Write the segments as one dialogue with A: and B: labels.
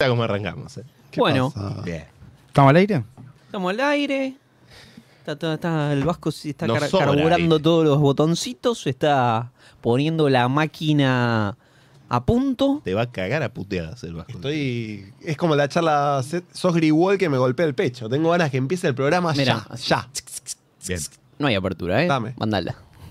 A: Mira cómo arrancamos. eh.
B: Bueno,
C: pasa?
A: Bien.
C: ¿Estamos al aire?
B: estamos al aire. Está, todo- está- el Vasco se está
A: Nos
B: car-
A: sobra
B: carburando
A: aire.
B: todos los botoncitos, se está poniendo la máquina a punto.
A: Te va a cagar a puteadas el Vasco.
C: Estoy.
D: Es como la charla, se- sos Grigol que me golpea el pecho. Tengo ganas que empiece el
C: Ah,
D: programa
B: Mirá,
D: ya, ya.
A: Bien.
B: No hay apertura, ¿eh?
D: Dame.
B: Mandala.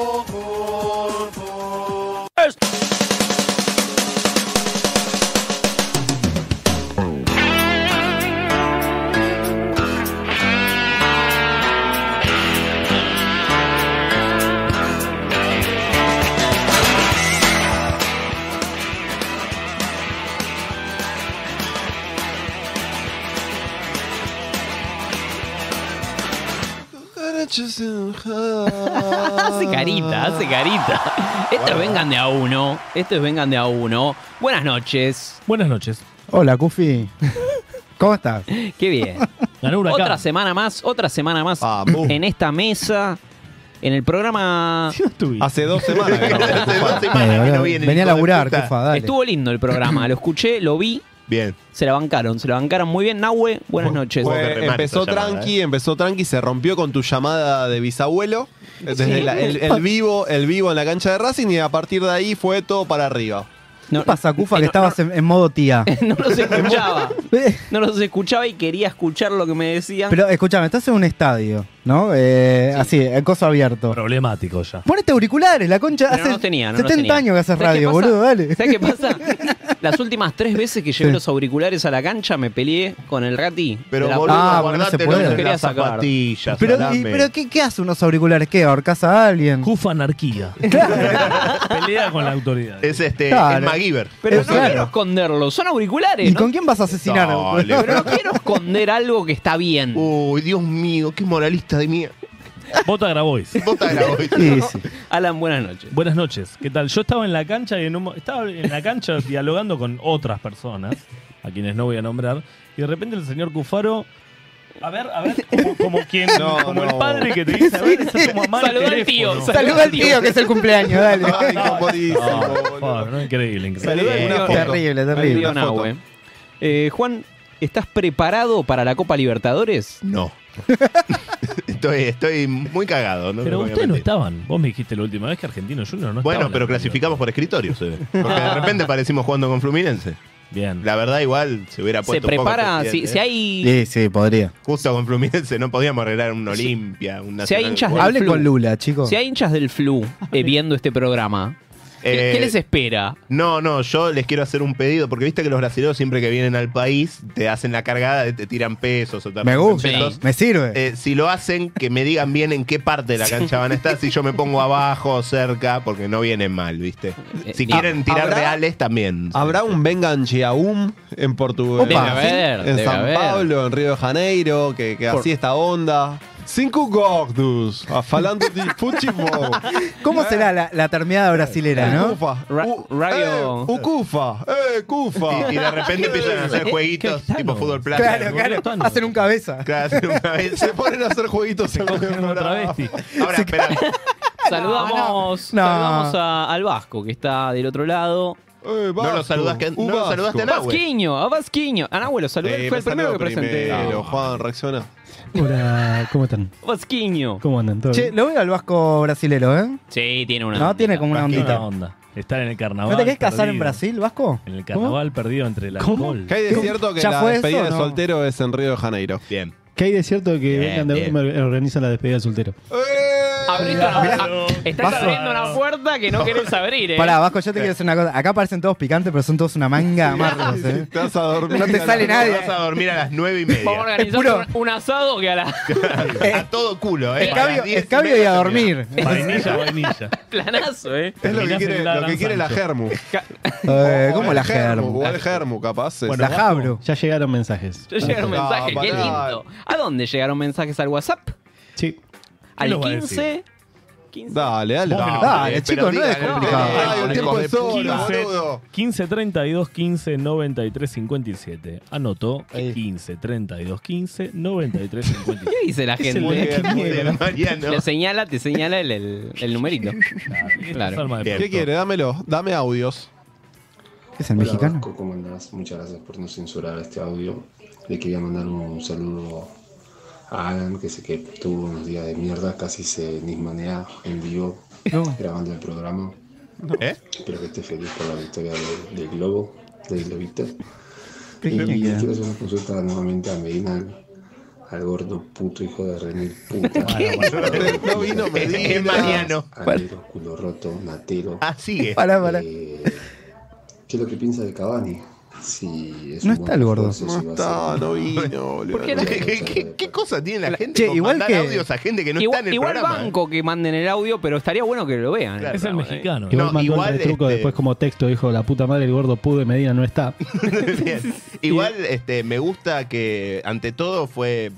E: Cuatro gordos.
C: Ah.
B: Hace carita, hace carita. Estos vengan de a uno. Estos vengan de a uno. Buenas noches.
F: Buenas noches.
C: Hola, Kufi. ¿Cómo estás?
B: Qué bien.
F: Ganó Huracán.
B: otra semana más, otra semana más
A: Ah,
D: Vamos.
B: en esta mesa, en el programa.
F: Sí, no estuve.
D: Hace dos semanas que no me ocupa.
C: Eh,
A: que no
C: boludo,
A: viene,
C: Vení a
A: hijo de
C: laburar,
A: puta.
C: Kufa, dale.
B: Estuvo lindo el programa, lo escuché, lo vi,
A: Bien.
B: se la bancaron, se la bancaron muy bien. Nahue, buenas noches.
A: Bueno,
D: Fue- empezó
A: Remar esta
D: tranqui, empezó tranqui, se rompió con tu llamada de bisabuelo. Desde
B: Sí.
D: la- el, el vivo, el vivo en la cancha de Racing y a partir de ahí fue todo para arriba.
B: No,
C: ¿Qué pasa, Kufa, que
B: no,
C: estabas en, en modo tía?
B: no los escuchaba.
C: Eh,
B: No los escuchaba y quería escuchar lo que me decían.
C: Pero escuchame, estás en un estadio, ¿no? Eh, Así, en coso abierto.
F: Problemático ya.
C: Ponete auriculares, la concha.
B: Pero
C: hace
B: no los tenía, no los
C: 70
B: tenía.
C: años que haces
B: ¿Sabés qué
C: radio,
B: pasa?
C: boludo, dale.
B: ¿Sabés qué pasa? Las últimas tres veces que llevé
C: Sí.
B: los auriculares a la cancha me peleé con el rati.
A: Pero
B: de la-
A: boludo,
C: Ah, porque no se
A: guardate
C: puede.
A: los
B: Quería
A: las
B: sacar.
A: zapatillas.
C: Pero, y-
A: salame.
C: pero ¿qué, qué hace unos auriculares? ¿Qué? ¿Ahorcas a alguien?
F: Cufa anarquía. Pelea con la autoridad.
A: es este
C: Claro.
A: es MacGyver.
B: Pero no
C: Pero claro.
B: quiero esconderlos, son auriculares.
C: ¿Y
B: ¿no?
C: con quién vas a asesinar?
A: No,
C: boludo?
A: le-
B: Pero no quiero esconder algo que está bien.
A: Uy, Dios mío, qué moralista de mierda.
F: Vota Grabois.
A: Bota la hoy.
C: Sí, sí.
B: Alan, buenas noches.
F: Buenas noches. ¿Qué tal? Yo estaba en la cancha y en un mo- estaba en la cancha dialogando con otras personas, a quienes no voy a nombrar, y de repente el señor Cufaro a ver, a ver, como, como quien,
D: No,
F: como
D: no.
F: el padre que te dice, a ver, esa es tu mamá
B: Saluda
F: al
B: al tío,
F: teléfono.
B: sal-
C: Saluda al tío que es el cumpleaños, dale.
D: Ay, comodísimo,
F: Ah,
D: boludo.
F: por, no, increíble, increíble.
D: Saluda
A: Eh,
D: alguna
B: una
D: foto.
C: terrible,
B: Al
C: terrible.
B: tío
D: una foto.
B: Nahue. Eh, Juan, ¿estás preparado para la Copa Libertadores?
A: No. estoy, estoy muy cagado. No te
F: Pero
A: voy a
F: ustedes no
A: mentir.
F: estaban. Vos me dijiste la última vez que Argentino Junior no
A: Bueno,
F: estaba
A: pero
F: en la Argentina.
A: clasificamos por escritorio, se ve. Porque de repente parecimos jugando con Fluminense.
F: Bien.
A: La verdad, igual se hubiera
B: Se
A: puesto. un poco
B: prepara, si,
A: presidente,
B: si
A: eh.
C: Sí,
B: hay,
C: sí, podría.
A: Justo con Fluminense no podíamos arreglar un Olimpia, un
B: Si hay
A: Nacional.
B: hinchas de-
C: Hablen
B: flu.
C: con Lula, chicos.
B: si hay hinchas del flu eh, viendo este programa, ¿qué-
A: Eh, Ah,
B: ¿qué les espera?
A: No, no, yo les quiero hacer un pedido, porque viste que los brasileños siempre que vienen al país te hacen la cargada, te tiran pesos o te
C: Me
A: rompen
C: gusta,
A: pesos.
C: me sirve.
A: Eh, si lo hacen, que me digan bien en qué parte de la cancha van a estar, si yo me pongo abajo o cerca, porque no vienen mal, ¿viste?
B: Eh,
A: Si
B: eh,
A: quieren tirar
D: ¿habrá-
A: reales, también.
C: Ah,
D: Habrá un Vengan Chiaum en Portugal.
C: Debe
B: haber,
D: en
B: debe
D: San
B: haber.
D: Pablo, en Río de Janeiro, que, que así esta onda. Cinco gordos, a falando de fútbol.
C: ¿Cómo será la, ah. la terminada brasilera, no?
D: Ucufa.
B: Ra-
D: U-
B: radio-
D: Eh, Ucufa. Eh, Cufa.
A: Y, y de repente empiezan a hacer
B: Eh,
A: jueguitos
F: qué
A: tipo
F: gitanos.
A: fútbol plata.
C: Claro, claro.
F: Boludo, no.
C: Hacen un cabeza.
A: Claro, hacen una vez.
D: Se ponen a hacer jueguitos en el
F: Como
D: programa. Eh,
F: travesti.
A: Ahora, espera.
B: Saludamos,
C: no.
B: saludamos a- al Vasco, que está del otro lado.
D: Eh,
A: No lo saludas que- no lo
D: Vasco.
A: saludaste a nadie. Nahue.
B: Vasquiño, a Vasquiño. A Nahue lo saludé,
D: Eh,
B: fue el
D: me
B: primero que
D: saludo
B: presenté.
D: primero, Juan, reacciona.
G: Hola, ¿cómo están?
B: Vasquiño.
G: ¿Cómo andan? ¿Todo
C: Che,
G: bien?
C: lo veo al vasco brasilero, ¿eh?
B: Sí, tiene una.
C: No, tiene como una
F: Qué buena
C: ondita.
F: onda. Estar en el carnaval.
C: ¿No te querés casar en
F: perdido.
C: Brasil, vasco?
F: En el carnaval perdido entre el alcohol.
D: Que hay de cierto que
C: ¿Ya
D: la
C: fue eso
D: despedida
C: o
D: de
C: no?
D: soltero es en Río de Janeiro.
A: Bien.
G: Que hay de cierto que
A: Bien,
G: vengan de
A: bien.
G: Burma y organizan la despedida del soltero.
D: Eh,
B: Abriste una-
F: Claro.
B: a- Estás
F: Vasco.
B: ah, abriendo una puerta que no querés abrir, eh.
C: Pará, vasco, yo te quiero decir una cosa. Acá parecen todos picantes, pero son todos una manga de amargos, ¿eh?
D: Te vas a dormir.
C: No te
D: a la-
C: sale nadie.
A: Vas a dormir a las nueve y
B: Vamos a
A: media.
B: organizar
C: puro-
B: un- un asado que a la
A: a todo culo, ¿eh? A las
C: Escabio,
A: diez y
C: escabio y
A: media
C: a
A: termina.
C: dormir.
F: Vainilla, vainilla.
B: planazo, eh.
D: Es lo que
F: Terminás
D: quiere,
F: en la
D: lo que
F: gran
D: quiere la
F: Sancho.
D: Germu.
C: Eh, ¿Cómo
D: O
C: la
D: el
C: germo?
D: O el Germu, capaz. es.
C: La jabro.
G: Ya llegaron mensajes. Ah,
B: Ya llegaron
D: No,
B: mensajes, qué
D: pará.
B: lindo. ¿A dónde llegaron mensajes al WhatsApp?
G: Sí.
B: Al
F: nos va a decir?
B: 15 15.
D: Dale, dale.
F: Vos me lo-
D: dale.
A: Pero
C: Dale, chicos, no es
A: díganlo,
C: complicado.
A: díganlo,
D: Ay, un
A: díganlo,
D: tiempo de
A: hijos
D: sobra,
A: puta.
F: 15,
D: boludo.
F: 15 32 15 93 57. Anotó que
D: Ahí.
F: 15 32 15 93
B: ¿Qué
F: 57.
B: dice la
A: Muy
B: gente?
A: bien, muy bien, Mariano.
B: Le señala, te señala el, el, el numerito.
F: Estas
B: Claro.
F: armas de
A: Bien.
D: ¿Qué
F: producto.
D: quiere? Dámelo. Dame audios.
C: ¿Qué es el
H: Hola,
C: mexicano?
H: Vasco, ¿cómo andás? Muchas gracias por no censurar este audio. Le quería mandar un saludo a Alan, que sé que tuvo unos días de mierda, casi se nismanea en vivo grabando el programa.
A: ¿Eh?
H: Espero que esté feliz por la victoria de- del globo, del globito.
C: ¿Qué
H: Y
C: genio que era?
H: quiero hacer una consulta nuevamente a Medina, al, al gordo puto hijo de René puta.
D: No vino
A: Es Mariano.
H: Alero, culo roto, natero.
A: Ah, sigue.
C: Pará, pará.
H: Eh, ¿Qué es lo que piensa de Cavani? Si es
C: No
H: un
C: está
H: buen
C: el gordo.
H: refuerzo, si
D: No
H: va a
D: está,
H: ser-
D: no vino, boludo.
B: ¿Por qué la-
A: ¿Qué, qué- qué- qué cosa tiene la gente
C: Che,
A: con
C: igual
A: mandar
C: que-
A: audios a gente que no
B: igual
A: está en el
B: igual
A: programa? eh.
B: banco que manden el audio, pero estaría bueno que lo vean.
A: Claro.
F: Es el
B: Bravo, eh.
F: mexicano.
G: Igual
A: No,
G: mandó
A: igual,
G: el retruco
A: este-
G: después como texto, dijo la puta madre, el gordo pudo y Medina no está.
A: Bien. Igual este, me gusta que ante todo fue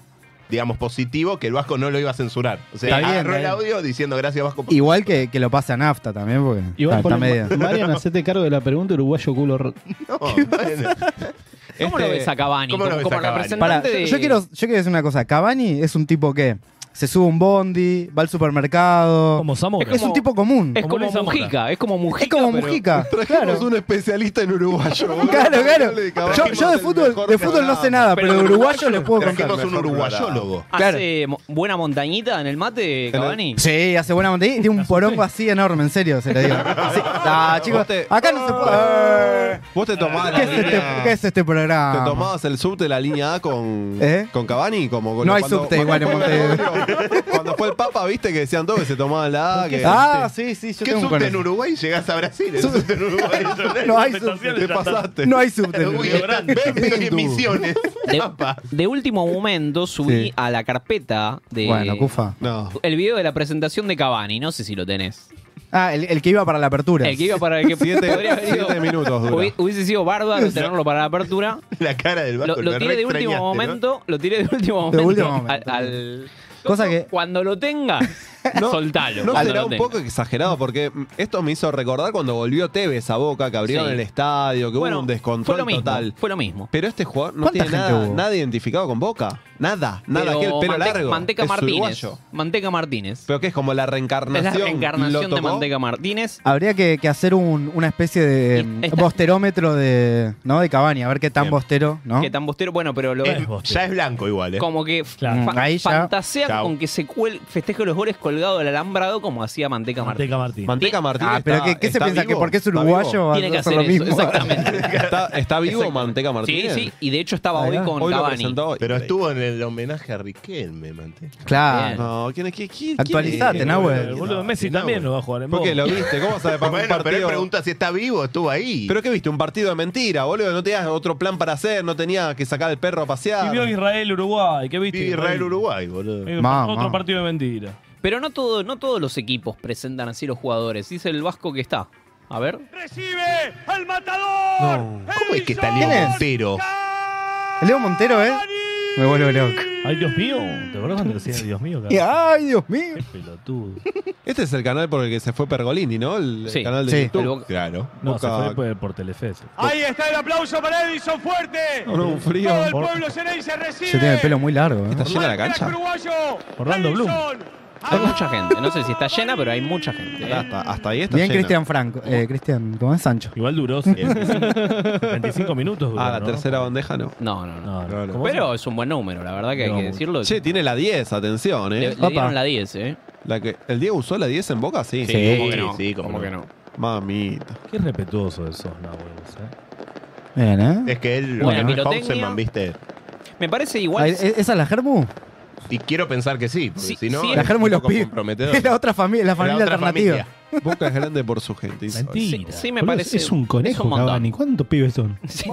A: digamos positivo que el Vasco no lo iba a censurar. O sea,
C: Está bien,
A: agarró
C: está
A: el
C: bien.
A: audio diciendo gracias Vasco. por-".
C: Igual que, que lo pase a nafta también, porque
A: Ah,
G: Igual
C: está, está
G: ponen,
C: medio.
G: Marian, hacete cargo de la pregunta, uruguayo culo roto.
A: No, bueno.
B: ¿Cómo lo
A: Este,
B: ves a Cavani?
A: ¿cómo lo
B: Como,
A: ves
B: como
A: a Cavani?
B: representante
C: Pará,
B: de...
C: yo, yo quiero, yo quiero decir una cosa. Cavani es un tipo que se sube a un bondi, va al supermercado.
F: Como Zamora.
C: es un tipo común.
B: Es
F: como
B: como
F: Luis Zamora.
B: Mujica, es como Mujica.
C: Es como
B: pero-
C: Mujica.
D: Trajimos
C: Claro.
D: un especialista en uruguayo. boludo.
C: Claro, claro.
D: Dale, cabrón.
C: Yo, yo de fútbol, de fútbol no sé nada, pero de uruguayo les puedo contar.
A: Trajimos un uruguayólogo.
B: ¿Hace mo- buena montañita en el mate, Cavani?
C: Sí, hace buena montaña. y Tiene un porongo así enorme, en serio, se lo digo. Sí. Ah, chicos, acá no se puede.
D: Vos te tomás la
C: ¿Qué es este,
D: línea-
C: qué es este
D: Ah, Te
C: programa?
D: tomabas el subte de la línea A con,
C: ¿Eh?
D: con Cavani, como con-
C: No hay subte igual en
D: fue el-
C: Montevideo.
D: Cuando fue el Papa, viste que decían todos que se tomaban la A. Que,
C: Ah, sí, sí, yo
A: ¿Qué
C: tengo un
A: subte en
C: conocido.
A: Uruguay? Llegás a Brasil. El subte en Uruguay.
C: No hay
D: te
F: Estaciones
C: subte.
F: ya está.
D: pasaste.
C: No hay subte.
A: Uy,
F: Río Grande.
A: ves, estoy en misiones.
B: De,
A: Apa.
B: de último momento subí
C: Sí.
B: a la carpeta de...
C: Bueno, Cufa.
D: No.
B: El video de la presentación de Cavani, no sé si lo tenés.
C: Ah, el, el que iba para la apertura.
B: El que iba para el que
D: Siete-
B: podría haber ido-
D: siete minutos dura.
B: Hubi- Hubiese sido bárbaro tenerlo para la apertura.
A: La cara del
B: Lo,
A: Vasco.
B: lo
A: me
B: tiré
A: re
B: de último
A: extrañaste, ¿no?
B: momento. Lo tiré de último momento.
C: último momento.
B: al- al-
C: Cosa que-
B: Cuando lo tenga,
D: No,
B: soltalo.
D: ¿No
B: cuando
D: será
B: lo
D: un
B: tenga.
D: poco exagerado? Porque esto me hizo recordar cuando volvió Tevez a Boca, que abrieron
B: Sí.
D: el estadio, que
B: Bueno,
D: hubo un
B: fue
D: descontrol
B: lo mismo,
D: total.
B: Fue lo mismo.
D: Pero este jugador no
C: ¿Cuánta
D: tiene
C: gente
D: nada,
C: hubo?
D: nada identificado con Boca. Nada, nada.
B: Pero
D: que el pelo
B: Mante-
D: largo.
B: Manteca
D: es
B: Martínez.
D: uruguayo.
B: Manteca Martínez.
D: Pero que es como la
B: es la
D: reencarnación.
B: reencarnación
D: lo
B: de
D: tomó. Ah,
B: Manteca Martínez.
C: Habría que, que hacer un- una especie de
B: Y
C: mm,
B: esta-
C: bosterómetro de, ¿no? de Cavani, a ver qué tan
A: Bien.
C: bostero, ¿no?
B: Que tan bostero. Bueno, pero lo
A: Es-
F: Es vos,
A: ya es blanco igual, ¿eh?
B: Como que f-
F: Claro.
B: fa-
C: Ahí ya.
B: fantasea
A: Chau.
B: con que se cuel, festeje los goles colgado del alambrado como hacía Manteca Martínez.
F: Manteca Martín.
D: Manteca Martínez.
C: ah, pero
D: está-
C: ¿qué, qué se
D: está
C: piensa?
D: vivo?
C: ¿Que porque es
D: ¿Está
C: uruguayo va
B: Tiene que
C: a hacer
B: hacer
C: lo
B: eso,
C: mismo?
B: exactamente.
D: vivo? ¿Está, está vivo
B: Exactamente.
D: Manteca
B: sí,
D: Martínez?
B: sí, y de hecho estaba
C: Ahí
B: hoy
C: va.
B: con
D: Hoy lo
B: Cavani.
D: presentó hoy.
A: Pero estuvo en el homenaje a Riquelme, ¿eh? Mante.
C: claro.
D: No, ¿quién es? ¿Quién, quién,
C: Actualizate,
D: quién es?
C: Nahue.
F: El boludo de Messi
A: No,
F: también
A: no,
F: lo va a jugar en
D: ¿Por qué
F: Boca.
D: lo viste? ¿Cómo sabes para un
A: Bueno,
D: partido?
A: pero él pregunta si está vivo, estuvo ahí.
D: ¿Pero qué viste? ¿Un partido de mentira, boludo? ¿No tenías otro plan para hacer? ¿No tenías que sacar al perro a
F: Y
D: pasear?
F: vio Israel-Uruguay. ¿Qué viste?
A: Vive Israel-Uruguay, boludo.
F: Eh,
C: Ma,
F: Otro
C: ma.
F: partido de mentira.
B: Pero no, todo, no todos los equipos presentan así los jugadores. Dice el Vasco que está. A ver.
E: Recibe al matador.
D: No.
A: ¿Cómo es que está
C: ¿Quién
A: Leo
C: es?
A: Montero?
C: Leo Montero, ¿eh? Me vuelve loco.
F: Ay, Dios mío. ¿Te acuerdas cuando decía Dios mío?
C: Y,
F: cara?
C: ¡Ay, Dios mío!
F: Qué pelotudo.
D: Este es el canal por el que se fue Pergolini, ¿no? El, el
B: Sí.
D: canal de
C: Sí.
B: El
D: YouTube.
B: Boca-
A: Claro.
F: No,
D: Boca-
F: se fue por, por Telefe. se fue.
E: Ahí está el aplauso para Edison Fuerte.
D: No, no, un frío.
E: Todo el
F: Por-
E: pueblo Xeneize recibe.
C: Yo tiene el pelo muy largo, ¿eh?
D: ¿Está llena la cancha?
E: uruguayo.
F: Orlando Bloom.
E: Edison.
B: Hay mucha gente. No sé si está llena, pero hay mucha gente.
D: Hasta,
B: ¿eh?
D: hasta- hasta ahí está
C: Bien
D: llena.
C: Cristian Franco. Eh, Cristian, ¿cómo es Sancho?
F: Igual duró 25 minutos. duró,
D: Ah, la
F: ¿no?
D: tercera bandeja no.
B: No, no, no.
F: No, no.
D: no.
F: ¿Cómo
B: Pero es un buen número, la verdad que hay
F: No,
B: que
F: mucho.
B: decirlo.
D: Che, tiene la 10, atención,
B: le,
D: ¿eh?
B: le
C: Opa.
B: dieron la 10, ¿eh?
D: La que, ¿El Diego usó la 10 en Boca? Sí.
A: Sí,
B: como que no.
A: sí, como
B: como
A: no.
B: que no.
D: Mamita.
F: se- Qué respetuoso de sos, Nahuel. ¿eh?
C: Bien, ¿eh?
A: Es que él
B: Buena
A: bueno,
B: pirotecnia.
A: Hauserman, ¿viste?
B: Me parece igual.
C: Ay, ¿e- ¿Esa es la Germu?
A: Y quiero pensar que sí, porque
B: Sí,
A: si no.
B: sí.
A: es
C: La Germu y
A: un
C: los
A: poco
C: pibes.
A: comprometedor.
C: Es la otra familia, la
A: Es la
C: familia
A: otra
C: alternativa.
A: familia.
D: Boca es grande por su gente.
F: Mentira.
B: sí, me
G: Boludo,
B: parece.
G: Es un conejo,
B: es un montón.
G: Cavani. ¿Cuántos pibes son?
B: Sí.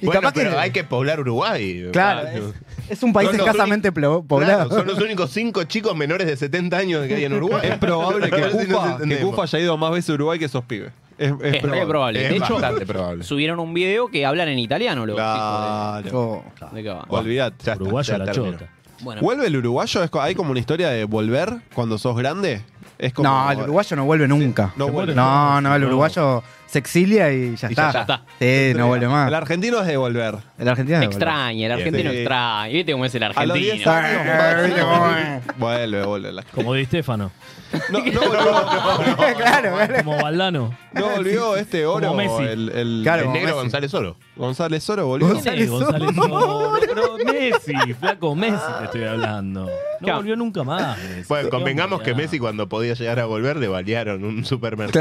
C: Y
A: bueno,
C: capaz
A: pero
C: que-
A: hay que poblar Uruguay.
C: Claro,
A: Claro,
C: es, es un país
A: Son los
C: escasamente plo- poblado.
A: son los únicos cinco chicos menores de 70 años que hay en Uruguay.
D: Es probable
A: A
D: que
A: ver si nos
D: Cufa, que
A: entendemos.
D: Cufa haya ido más veces a Uruguay que esos pibes. Es, es
B: Es re probable.
A: Es
B: De hecho,
A: bastante probable.
B: subieron un video que hablan en italiano, los
D: Claro.
B: hijos de- de Cavani.
D: Olvídate.
A: Ya está,
F: Uruguayo
A: ya
F: a la
A: termino.
F: chota.
B: Bueno,
D: ¿Vuelve el uruguayo? ¿Es co- ¿Hay como una historia de volver cuando sos grande? Es como,
C: No, el uruguayo no vuelve nunca.
D: No vuelve.
C: No, no, el uruguayo se exilia y ya
D: Y ya
C: está.
B: está.
C: Sí, no vuelve más.
D: El argentino es de volver.
C: El argentino no vuelve.
B: extraña, el argentino
D: Sí.
B: extraña. ¿Viste cómo es el
D: A los 10
B: argentino?
D: años.
C: Ah, viste cómo
D: vuelve.
C: es.
D: Vuelve, vuelve. la-
F: Como Di Stefano.
D: No, no, volvió,
C: Claro, claro.
F: Como Valdano.
D: no volvió este oro.
F: Como Messi.
D: El, el- el
C: Claro,
A: El
D: negro
C: como
A: negro
C: Messi.
A: González Oro.
D: González Oro volvió.
F: ¿Quién
C: González
F: es González
C: Oro.
F: Oro? Pero Messi, flaco Messi te estoy hablando. No
B: Claro.
F: volvió nunca más. Messi.
A: Bueno, convengamos
F: Mirá.
A: que Messi cuando podía llegar a volver le balearon un supermercado.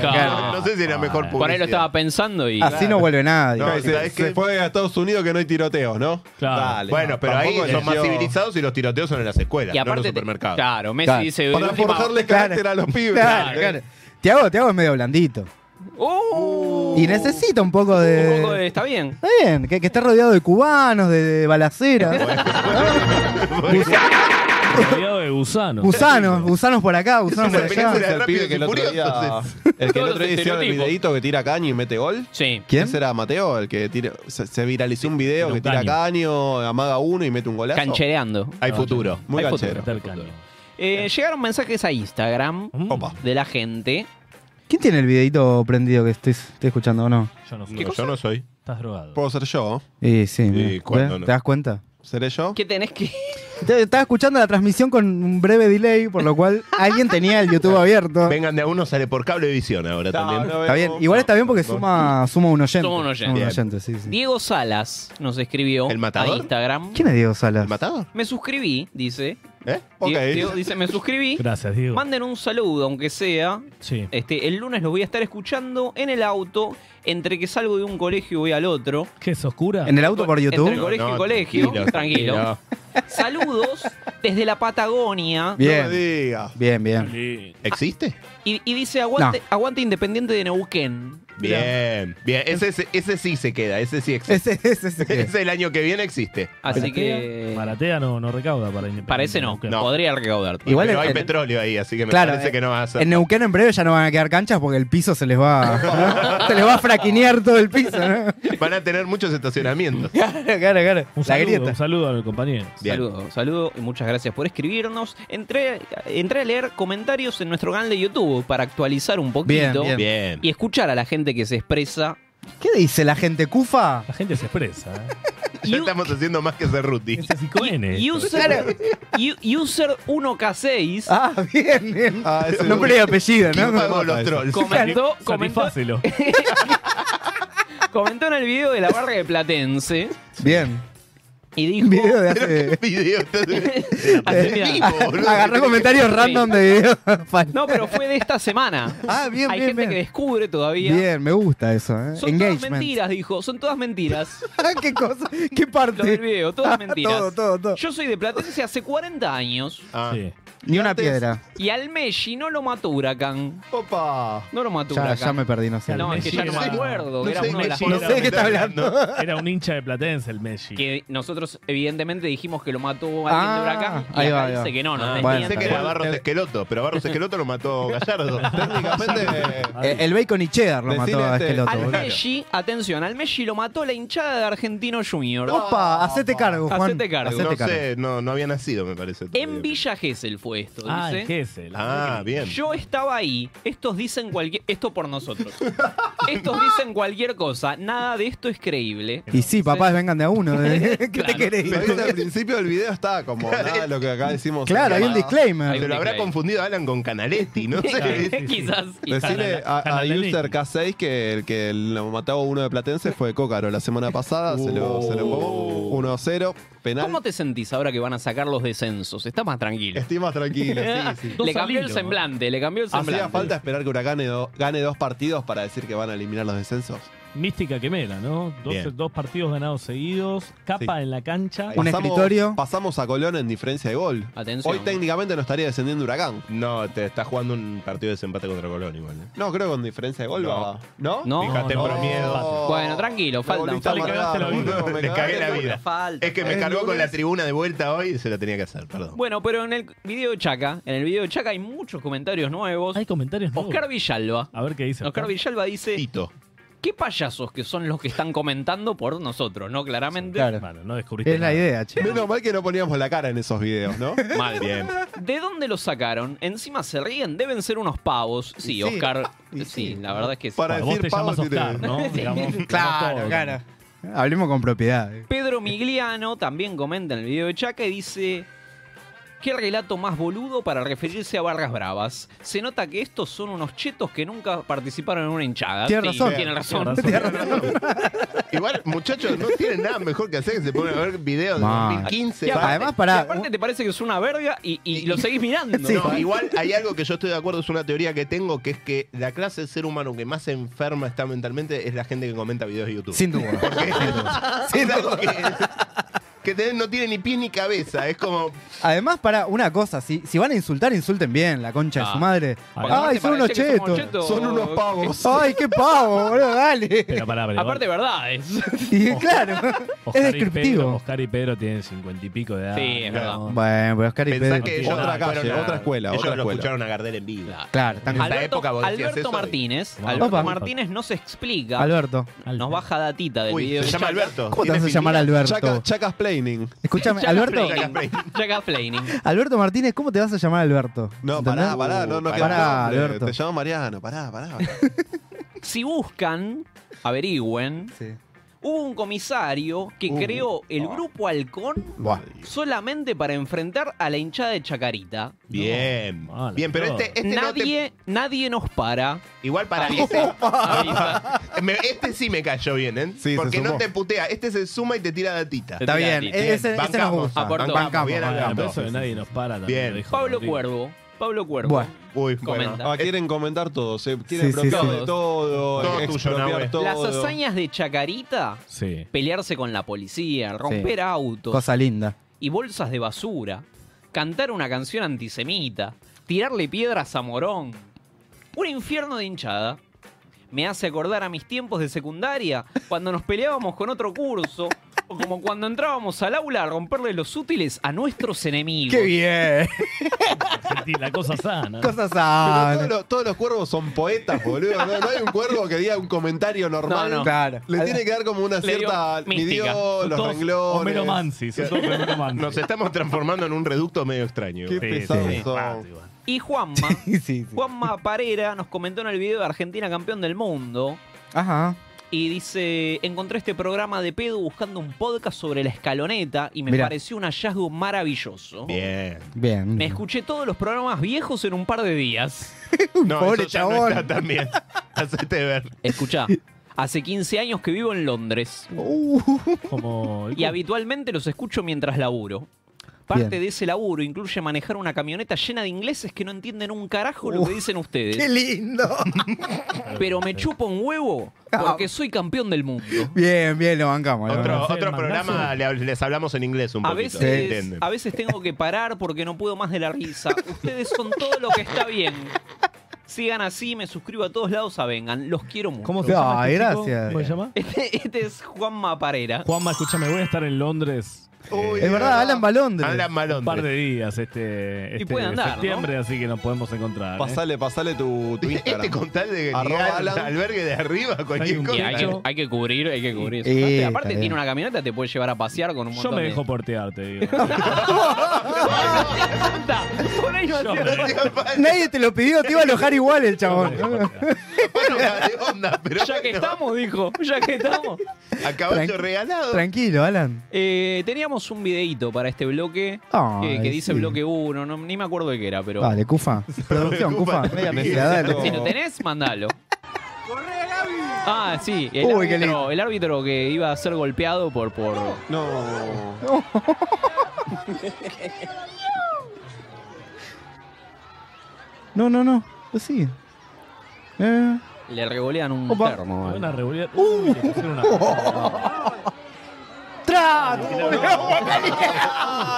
C: Claro,
B: No.
C: claro.
A: No sé si era mejor publicidad.
B: Por ahí lo estaba pensando y.
C: Así no vuelve nadie.
A: No,
D: No,
A: ¿sabés
D: se, se
A: qué?
D: fue a Estados Unidos que no hay tiroteos, ¿no?
F: Claro.
A: Bueno, pero ahí
D: tampoco
A: son más
D: eligió-
A: civilizados y los tiroteos son en las escuelas,
B: Y
A: no en los
B: aparte. te-
A: supermercados.
B: Claro, Messi
C: Claro.
B: dice.
D: Para
B: de última-
D: forjarle
C: Claro.
D: carácter a los pibes.
C: Claro, claro. Tiago, Tiago es medio blandito.
B: ¡Uh!
C: Y necesita un poco de.
B: Un poco de- Está bien.
C: Está bien, que, que esté rodeado de cubanos, de, de balaceras.
F: ah. Rodeado de gusanos.
C: gusanos, gusanos por acá, gusanos
A: una
C: por
A: película
C: allá.
A: de-
D: Es el
A: Rápidos
D: pibe que
A: y
D: el otro día.
A: Furiosos.
D: El que el otro
B: Todos
D: día
B: los
D: hicieron el
B: estereotipos.
D: videito que tira caño y mete gol.
B: Sí.
C: ¿Quién?
D: ¿Ese era Mateo? El que tira, se, se viralizó un
F: Tira
D: video
F: un
D: que tira
F: caño.
D: caño, amaga uno y mete un golazo.
B: Canchereando.
A: Hay futuro.
D: Muy
B: Hay
D: canchero.
F: Meter caño.
B: Eh, llegaron mensajes a Instagram
F: Mm,
D: Opa.
B: de la gente.
C: ¿Quién tiene el videito prendido que estoy, estoy escuchando o no?
F: Mm, Yo no
A: No,
F: sé.
A: yo no soy.
F: Estás drogado.
D: Puedo ser yo.
C: Y sí, mira.
A: ¿cuándo
C: ¿Ves?
A: no?
C: ¿te das cuenta?
D: ¿Seré yo?
B: ¿Qué tenés que.?
C: Te- Estaba escuchando la transmisión con un breve delay, por lo cual alguien tenía el YouTube abierto.
A: Vengan de a uno, sale por cablevisión ahora también.
C: Está bien, igual está bien porque suma, suma un oyente.
B: Suma un oyente.
C: Suma sí, sí.
B: Diego Salas nos escribió
A: ¿El
B: a
A: matador?
B: Instagram.
C: ¿Quién es Diego Salas?
A: ¿El matador?
B: Me suscribí, dice.
A: ¿Eh?
D: Ok.
B: Diego- Diego dice, me suscribí.
F: Gracias, Diego.
B: Manden un saludo, aunque sea.
F: Sí.
B: Este, el lunes los voy a estar escuchando en el auto, entre que salgo de un colegio y voy al otro.
F: ¿Qué es oscura?
C: ¿En el auto por
B: Entre
C: YouTube?
B: colegio y
A: No,
B: colegio. Tranquilo.
A: tranquilo, tranquilo.
B: Saludos desde la Patagonia.
D: No me
C: Bien,
D: diga.
C: bien, bien.
F: Sí.
A: ¿Existe?
B: Y, y dice, aguante, aguante Independiente de Neuquén.
A: Bien, bien. Ese, ese, ese sí se queda, ese sí existe.
C: Ese, ese, ese.
A: Ese, el año que viene existe.
B: Así
F: Maratea-
B: que...
F: Maratea no, no recauda para Independiente.
B: Parece no,
A: No.
B: podría recaudar.
C: Igual
A: Pero
C: en-
A: hay
C: en-
A: petróleo ahí, así que me
C: Claro,
A: parece
C: eh,
A: que no va a ser.
C: En Neuquén en breve ya no van a quedar canchas porque el piso se les va. se les va a fraquinear todo el piso, ¿no?
A: Van a tener muchos estacionamientos.
C: Claro, claro, claro.
F: Un
C: La
F: saludo,
C: grieta.
F: un saludo al compañero.
A: Bien.
B: Saludo, saludo y muchas gracias por escribirnos. Entré, entré a leer comentarios en nuestro canal de YouTube para actualizar un poquito
C: Bien.
A: Bien.
B: y escuchar a la gente que se expresa.
C: ¿Qué dice la gente? ¿Cufa?
F: La gente se expresa. ¿eh?
A: Ya estamos haciendo más que ser Ruti.
F: Ese es Icoene.
B: User, u- user 1K6
C: Ah, bien, bien.
D: Ah, ese-
C: Nombre y apellido,
A: ¿Quién
C: ¿no?
A: pagó los
D: eso.
A: trolls?
B: comentó, comentó,
F: Satisfácelo.
B: comentó en el video de la barra de Platense
C: Bien.
B: y
C: Un
B: dijo...
C: video de hace.
A: Video.
B: Hace- mira,
A: vivo, boludo.
C: Agarró comentarios random de videos.
B: No, pero fue de esta semana.
C: Ah, bien,
B: Hay
C: bien,
B: gente
C: bien.
B: que descubre todavía.
C: Bien, me gusta eso, ¿eh?
B: Son todas
C: Engagement. Ah,
B: mentiras, dijo. Son todas mentiras.
C: ¿Qué cosa? ¿Qué
B: Lo del
C: parte?
B: video, todas mentiras.
C: Ah, Todo, todo, todo.
B: Yo soy de Platense hace 40 años
A: Ah,
F: Sí.
C: Ni una
D: antes-
C: piedra.
B: y al Messi no lo mató Huracán.
D: Opa.
B: No lo mató
C: Ya,
B: Huracán.
C: ya me perdí, no sé.
B: No, es que ya no me
F: Messi era-
B: acuerdo.
A: no
B: era
A: sé
B: uno de las
A: qué
F: No
C: No
B: cosas
C: sé de qué está hablando.
F: Era un hincha de Platense el Messi.
B: que nosotros evidentemente dijimos que lo mató alguien
C: Ah,
B: de Huracán y
C: ahí
B: acá
C: va, ahí
B: dice
C: va.
B: que no, nos
F: Ah,
B: desmienten.
A: Pensé que era Barros Esqueloto, pero Barros Esqueloto lo mató Gallardo.
D: Técnicamente. eh,
C: Eh, El bacon y cheddar lo
D: Decile
C: mató a
D: este-
C: Esqueloto.
B: Al
D: Claro.
B: Messi, atención, al Messi lo mató la hinchada de Argentino Junior
C: Opa, hacete cargo, Juan.
B: Hacete cargo.
A: No sé, no, no había nacido, me parece.
B: en Villa Gesell fue esto,
F: Ah,
B: dice.
F: ¿qué es el?
A: Ah, bien.
B: Yo estaba ahí, estos dicen cualquier... Esto por nosotros. estos dicen cualquier cosa, nada de esto es creíble.
C: Y sí, papás, vengan de a uno. ¿eh? ¿Qué te
B: Claro.
C: queréis?
D: Pero viste, al principio del video está como nada de lo que acá decimos.
C: Claro, hay un
B: Hay
C: disclaimer.
A: Se lo habrá confundido Alan con Canaletti, no sé.
B: Quizás.
D: Decirle a, a
F: Canaletti.
D: User K6 que el que lo mataba uno de Platense fue Cócaro la semana pasada. Se lo, se lo
B: Uh.
D: comió 1-0. Penal.
B: ¿Cómo te sentís ahora que van a sacar los descensos? Estás más tranquilo.
D: Estoy más tranquilo, sí, sí.
F: Dos
B: le cambió
F: al
B: el
F: hilo.
B: semblante, le cambió el semblante.
D: ¿Hacía falta esperar que Huracán gane, do- gane dos partidos para decir que van a eliminar los descensos?
F: Mística quemera, ¿no? Dos,
A: Bien.
F: dos partidos ganados seguidos, capa en la cancha.
C: Un escritorio.
D: Pasamos a Colón en diferencia de gol.
B: Atención.
D: Hoy técnicamente no estaría descendiendo Huracán.
A: No, te está jugando un partido de desempate contra Colón igual. ¿eh?
D: No, creo que con diferencia de gol
A: No.
D: va. ¿No?
B: No.
A: Fíjate por miedo.
B: Bueno, tranquilo,
D: Oh. Me
B: faltan-
D: volviste a
B: faltan-
D: amargar,
F: Le cagaste la vida.
D: boludo, me
A: Le cagué la
D: vida.
A: vida.
B: Falta.
A: Es que me
D: El
A: cargó con
D: lunes-
A: la tribuna de vuelta hoy y se la tenía que hacer, perdón.
B: Bueno, pero en el video de Chaca, en el video de Chaca hay muchos comentarios nuevos.
F: Hay comentarios nuevos.
B: Oscar Villalba.
F: A ver qué dice.
B: Oscar Villalba dice,
A: Tito.
B: qué payasos que son los que están comentando por nosotros, ¿no? Claramente.
F: Bueno, no descubriste.
C: Es la
F: nada.
C: idea, che.
D: Menos mal que no poníamos la cara en esos videos, ¿no?
B: Mal. ¿De dónde los sacaron? Encima se ríen, deben ser unos pavos. Sí,
C: sí.
B: Oscar.
C: Y
B: Sí,
C: sí.
B: la verdad es que sí.
D: Para
F: Bueno, vos
D: decir
F: te
D: pavo
F: llamas Oscar,
D: tiene-
F: ¿no?
B: Sí.
F: Digamos-
C: Claro, claro. Hablemos con propiedad. eh.
B: Pedro Migliano también comenta en el video de Chaca y dice. Qué relato más boludo para referirse a Barras Bravas. Se nota que estos son unos chetos que nunca participaron en una hinchada.
C: Tiene
B: Ah, Sí,
C: razón.
B: Tiene razón.
F: Tiene razón.
A: Igual, muchachos, no tienen nada mejor que hacer que se ponen a ver videos de
C: Man.
A: 2015.
B: Y
C: Ya,
A: Pa-
B: aparte-
C: además, pará,
B: y aparte te parece que es una verga y, y lo seguís mirando.
C: Sí.
B: ¿no?
A: No, igual hay algo que yo estoy de acuerdo, es una teoría que tengo, que es que la clase de ser humano que más enferma está mentalmente es la gente que comenta videos de YouTube.
C: Sin duda.
A: es algo que, que te- no tiene ni pies ni cabeza, es como...
C: Además, para una cosa, si, si van a insultar, insulten bien, la concha de
B: Ah.
C: su madre.
B: Porque aparte
C: Ay, son
B: para
C: unos
B: decir que somos
C: chetos.
D: Son unos pavos.
C: Ay, qué pavo, boludo, dale.
F: Pero pará, pero
B: Aparte, verdades. Sí,
C: Y claro, es
F: Oscar y Pedro-
C: descriptivo.
F: Oscar y Pedro tienen cincuenta y pico de edad.
B: es verdad.
C: Bueno, pero Oscar y
A: Pensá
C: Pedro.
A: que ellos
D: Otra
A: fueron
D: calle,
A: a-
D: otra escuela,
A: Ellos
D: otra
A: lo
D: escuela.
A: escucharon a Gardel en vivo.
C: Claro, están
A: En esa
B: Alberto,
A: época vos decías
B: Alberto
A: eso y-
B: Martínez.
F: Wow.
B: Alberto
C: Opa.
B: Martínez nos explica.
C: Alberto.
B: Nos baja datita del
A: Uy,
B: video.
A: se
B: de
A: llama
B: Chaka.
A: Alberto.
C: ¿Cómo te vas a
A: Tiene
C: llamar
D: Chaca-
C: Alberto?
D: Chacas Planning.
C: Escúchame,
B: Chaka
C: Alberto.
B: Fleining. Chaka Fleining.
C: Alberto Martínez, ¿cómo te vas a llamar Alberto?
D: No,
C: ¿Entendés?
D: pará, pará, no, no
A: Uh,
D: queda
C: pará,
D: nombre.
C: Alberto.
D: Te llamo Mariano, pará, pará. pará.
B: Si buscan, averigüen.
C: Sí.
B: Hubo un comisario que creó el grupo Halcón
A: Uh, ah. Buah.
B: solamente para enfrentar a la hinchada de Chacarita.
A: Bien,
F: No, mala
A: bien, pero
F: flor.
A: este, este no te-
B: nadie, nadie nos para. Ah.
A: igual para
B: Avisa, avisa.
A: Me- este sí me cayó bien, ¿eh?
D: Sí, se
A: Porque no
D: sumó.
A: te putea. Este se suma y te tira datita.
C: Está bien,
B: Bien,
C: ese, ese nos
A: bancamos,
C: gusta.
B: aportó.
A: Bancamos, bien
F: Ah,
A: bancamos.
F: pero eso de nadie nos para también.
A: Bien.
F: lo dijo
B: Pablo
F: Rodrigo.
B: Cuervo. Pablo Cuervo.
C: Bueno.
A: Uy, bueno.
B: Comenta.
D: Ah, quieren comentar todo, se quieren
C: Sí, sí,
D: bloquear
C: sí.
D: de todo,
A: Todo tuyo,
D: expropiar
A: Nahue.
D: todo.
B: Las hazañas de Chacarita,
F: Sí.
B: pelearse con la policía, romper
C: Sí.
B: autos
C: Cosa linda.
B: y bolsas de basura, cantar una canción antisemita, tirarle piedras a Morón. Un infierno de hinchada. Me hace acordar a mis tiempos de secundaria, cuando nos peleábamos con otro curso, o como cuando entrábamos al aula a romperle los útiles a nuestros enemigos.
C: ¡Qué bien!
F: Sentí la cosa sana.
C: Cosa
D: Pero todos,
C: sana.
D: los, todos los cuervos son poetas, boludo. No, no hay un cuervo que diga un comentario normal.
B: No, no.
C: Claro.
D: Le tiene que dar como una
B: Le dio
D: cierta.
B: mística.
D: Midió los
F: Todos
D: renglones.
F: Homero Mansi. Son todos Homero Mansi.
A: Nos estamos transformando en un reducto medio extraño.
D: Qué
F: Sí,
D: pesados
F: sí, sí.
D: son.
F: Ah, sí, bueno.
B: Y Juanma,
C: Sí, sí.
B: Juanma Parera nos comentó en el video de Argentina campeón del mundo,
C: Ajá.
B: Y dice, encontré este programa de pedo buscando un podcast sobre la escaloneta y me
C: Mirá.
B: pareció un hallazgo maravilloso.
A: Bien.
C: Bien.
B: Me escuché todos los programas viejos en un par de días.
A: No,
C: Pobre
A: eso ya no
C: chabón.
A: está tan bien. Hacete ver.
B: Escuchá, hace 15 años que vivo en Londres
F: Como.
B: y habitualmente los escucho mientras laburo. Parte
C: Bien.
B: de ese laburo incluye manejar una camioneta llena de ingleses que no entienden un carajo lo que dicen
C: Uh, ¡Qué
B: ustedes.
C: lindo!
B: Pero me chupo un huevo porque soy campeón del mundo.
C: Bien, bien, lo bancamos. lo
A: Otro,
C: bancamos.
F: hacer
A: otro
F: el
A: programa
F: mandazo.
A: le- les hablamos en inglés un
B: A
A: poquito.
B: veces, ah,
A: ¿entienden?
B: a veces tengo que parar porque no puedo más de la risa. Ustedes son todo lo que está bien. Sigan así, me suscribo a todos lados a Vengan. Los quiero mucho.
F: ¿Cómo se llama
C: Ay,
F: este chico?
C: gracias.
F: ¿Cómo se llama?
B: Este, este es Juanma Parera.
F: Juanma, escúchame, voy a estar en Londres
A: Uy,
C: Es verdad, Alan Balondres.
A: Eh, Alan
F: un par de
A: Malón.
F: días este, este
B: puede andar,
F: septiembre, así que nos podemos encontrar. ¿eh?
D: Pasale, pasale tu, tu Instagram.
A: Este con tal de que
D: Arroba
A: llegar al
D: Alan.
A: albergue de arriba,
F: Hay
A: cualquier
F: un
B: Y
A: cosa.
B: hay, que, hay que cubrir, hay que cubrir. eso.
C: Eh,
B: Aparte-
C: está
B: Aparte
C: bien.
B: tiene una camioneta, te puede llevar a pasear con un
F: Yo
B: montón
F: me
B: de-
F: dejo portear, te digo.
B: Anda, por ahí no
F: Yo
B: hacía
F: me-
B: nada.
C: Nadie te lo pidió, te iba a alojar igual el
F: Yo me
C: chabón.
F: dejo portear.
A: Bueno, de onda, pero
B: Ya que
A: bueno,
B: estamos, dijo. Ya que estamos.
A: a caballo
C: Tranqui-
A: regalado.
C: Tranquilo, Alan.
B: Eh, teníamos un videíto para este bloque. Que, que
C: Ay,
B: dice
C: sí.
B: bloque 1. No, ni me acuerdo de qué era, pero.
C: Vale, Cufa. Producción, Cufa.
A: Cufa.
C: Media dale.
B: Si lo tenés, mandalo. Ah, sí, el,
C: Uy, qué
B: árbitro,
C: lindo.
B: el árbitro que iba a ser golpeado por. por...
D: No.
C: No, no, no. Sí. Eh.
B: Le revolean un
C: Opa.
B: termo.
F: Fue
B: vale.
F: Una revolución. Uy, le pusieron una-
C: ¡Trato!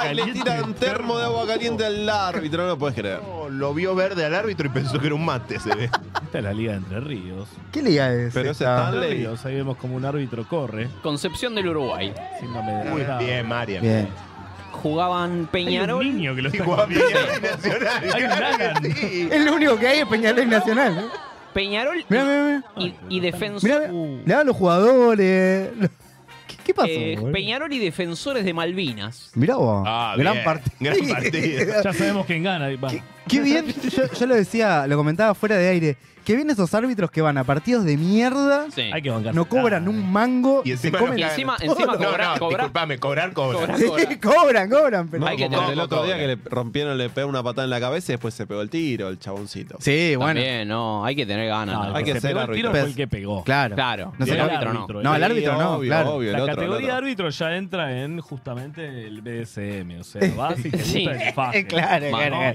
D: Ay, le tiran termo de agua caliente al árbitro, no lo puedes creer.
A: No, Lo vio verde al árbitro y pensó que era un mate, se ve.
F: Esta es la Liga de Entre Ríos.
C: ¿Qué liga es?
D: Pero ese
C: esta?
D: está-
F: Entre
D: Ley.
F: Ríos, ahí vemos como un árbitro corre.
B: Concepción del Uruguay.
F: Síndrome de
A: Muy
F: Down.
A: bien, Marian.
C: Bien.
B: Jugaban
F: Hay un
B: Peñarol.
F: niño que lo está
A: Igual,
F: corriendo.
A: Peñarol Nacional,
F: Hay un
A: claro que
F: Hagan.
A: sí.
C: Es lo único que hay es Peñarol Nacional. ¿eh?
B: Peñarol y,
C: Mirá, mirá, mirá.
B: y- y Defensor.
C: Mirá, mirá, mirá los jugadores. lo- ¿Qué, qué pasó?
B: eh,
C: boludo?
B: Peñarol y Defensores de Malvinas.
C: Mirá vos.
A: Ah,
C: gran
A: bien,
C: partido.
A: gran partido.
F: Ya sabemos quién gana. y va.
C: Qué bien, yo, yo lo decía, lo comentaba fuera de aire. Qué bien esos árbitros que van a partidos de mierda,
B: Sí.
F: Hay que bancar.
C: no cobran un mango,
A: Y
C: se
A: encima
C: comen.
B: Y
A: no
B: encima,
A: cagan.
B: encima
A: No,
B: cobrar,
A: no, disculpame, cobrar, cobra.
B: Cobra.
C: Sí, cobran, cobran, pero.
D: No,
B: Hay que
D: como
B: tener-
D: el otro día
A: cobra.
D: que le rompieron, le pegaron una patada en la cabeza y después se pegó el tiro, el chaboncito.
C: Sí, bueno,
B: También, no, hay que tener ganas.
F: No,
B: ¿no?
F: Ah, el
D: hay que
F: se
D: ser
F: pegó el
D: árbitro.
F: tiro fue el que pegó.
C: claro.
B: Claro,
C: No sé,
B: el
C: no,
B: árbitro no.
C: No, el árbitro no,
D: obvio,
C: claro.
D: obvio, el
F: La
D: otro, el
F: categoría de
D: otro.
F: árbitro ya entra en justamente el BDSM, o sea, vas y te gusta
B: Sí.
F: el
C: Eh,
F: faje.
C: claro,
B: Mano,
C: claro, claro.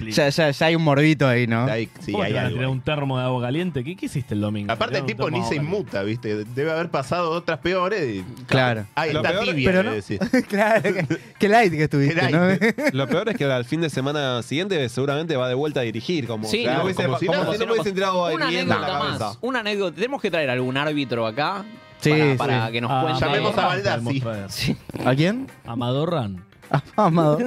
A: bien.
C: Ya, ya, ya hay un morbito ahí, ¿no?
A: Ahí, sí,
F: ¿Cómo
A: hay
F: te van a
A: algo
F: tirar
A: ahí.
F: un termo de agua caliente? ¿Qué, qué hiciste el domingo?
A: Aparte
F: Tiraron
A: el
F: un
A: tipo
F: termo
A: ni
F: de
A: se
F: agua
A: inmuta, ¿viste? Debe haber pasado otras peores. y-
C: Claro.
A: Ay,
D: Lo
A: está
D: peor-
A: tibia,
C: pero
A: le
C: no-
A: decís.
C: claro, que- qué light que estuviste,
A: Qué light.
C: ¿no?
D: Lo peor es que al fin de semana siguiente seguramente va de vuelta a dirigir, como,
B: Sí,
D: si no
A: no,
D: hubiese-
A: como si
D: como si
A: no, si
D: no
A: no
D: me hubiesen tirado
B: Una
D: hiriendo en la
B: anécdota
D: cabeza.
B: más. Una anécdota. Tenemos que traer algún árbitro acá
C: Sí,
B: para,
C: sí. Ah,
B: para que
F: caliente.
B: nos
F: Ah,
B: cuente.
A: Llamemos a
F: Amadorran
A: Baldassi.
F: podemos traer.
B: Sí.
C: ¿A quién?
F: A Madorran.
C: A Amado.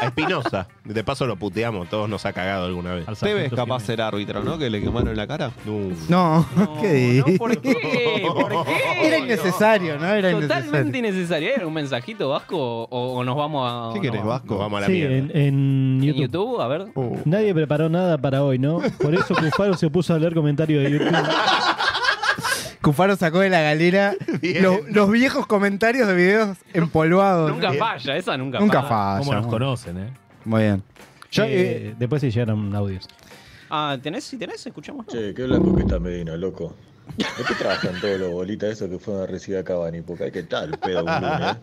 A: A Espinosa. De paso lo puteamos, todos nos ha cagado alguna vez.
F: al
D: Tevez
F: sargento
D: capaz
F: Jiménez.
D: ser árbitro, ¿no? Que le quemaron en la cara.
C: No,
B: No,
C: ¿qué
B: no,
C: di?
B: ¿Por qué? ¿Por qué?
C: Era innecesario, ¿no? Era innecesario.
B: Totalmente innecesario. ¿Hay algún mensajito, Vasco? ¿O, o nos vamos a.?
D: ¿Qué querés,
B: no,
A: Nos
D: Vasco?
A: vamos a la
G: Sí,
A: mierda.
G: en, en
B: ¿En
G: YouTube.
B: YouTube? A ver.
A: Uh,
G: Nadie preparó nada para hoy, ¿no? Por eso Cufaro se puso a leer comentarios de YouTube.
C: Cufaro sacó de la galera
A: Bien.
C: los, los viejos comentarios de videos empolvados.
B: Nunca
C: ¿no?
B: falla, esa nunca,
C: Nunca
B: falla.
C: falla.
F: ¿Cómo nos
C: bueno.
F: conocen, eh?
C: Muy bien. Yo,
G: Eh,
C: eh,
G: después se llegaron audios.
B: Ah, ¿tenés? Si tenés, escuchamos.
I: Che, qué blanco que está Medina, loco. ¿De qué trabajan todos los bolitas esos que fueron a recibir a Cavani? Porque hay que tal, pedo eh. un lunes.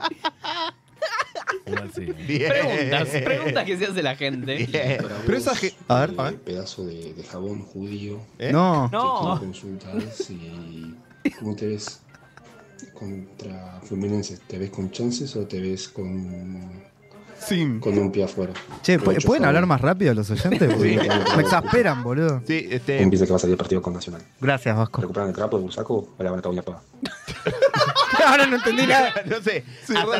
F: Igual sí.
A: Bien.
B: Preguntas, preguntas que se hace la gente.
A: Bien.
D: Pero esa ge- a ver, a ver.
H: Eh, pedazo de, de jabón judío.
A: Ah, ¿Eh?
C: No.
H: Te quiero
D: Ah.
B: No.
H: consultar si. ¿Cómo te ves contra Fluminense? ¿Te ves con chances o te ves con,
D: Sim.
H: con un pie afuera?
C: Che,
H: Con
C: ¿pu-
H: ocho
C: ¿pueden
H: jabón.
C: hablar más rápido los oyentes? Porque Me exasperan, boludo.
A: Sí, este,
H: Empieza que va a salir el partido con Nacional.
C: Gracias, Vasco.
H: ¿Recuperan el trapo de Busaco o la van a caballar toda?
C: Ahora no entendí nada.
A: no sé, hasta,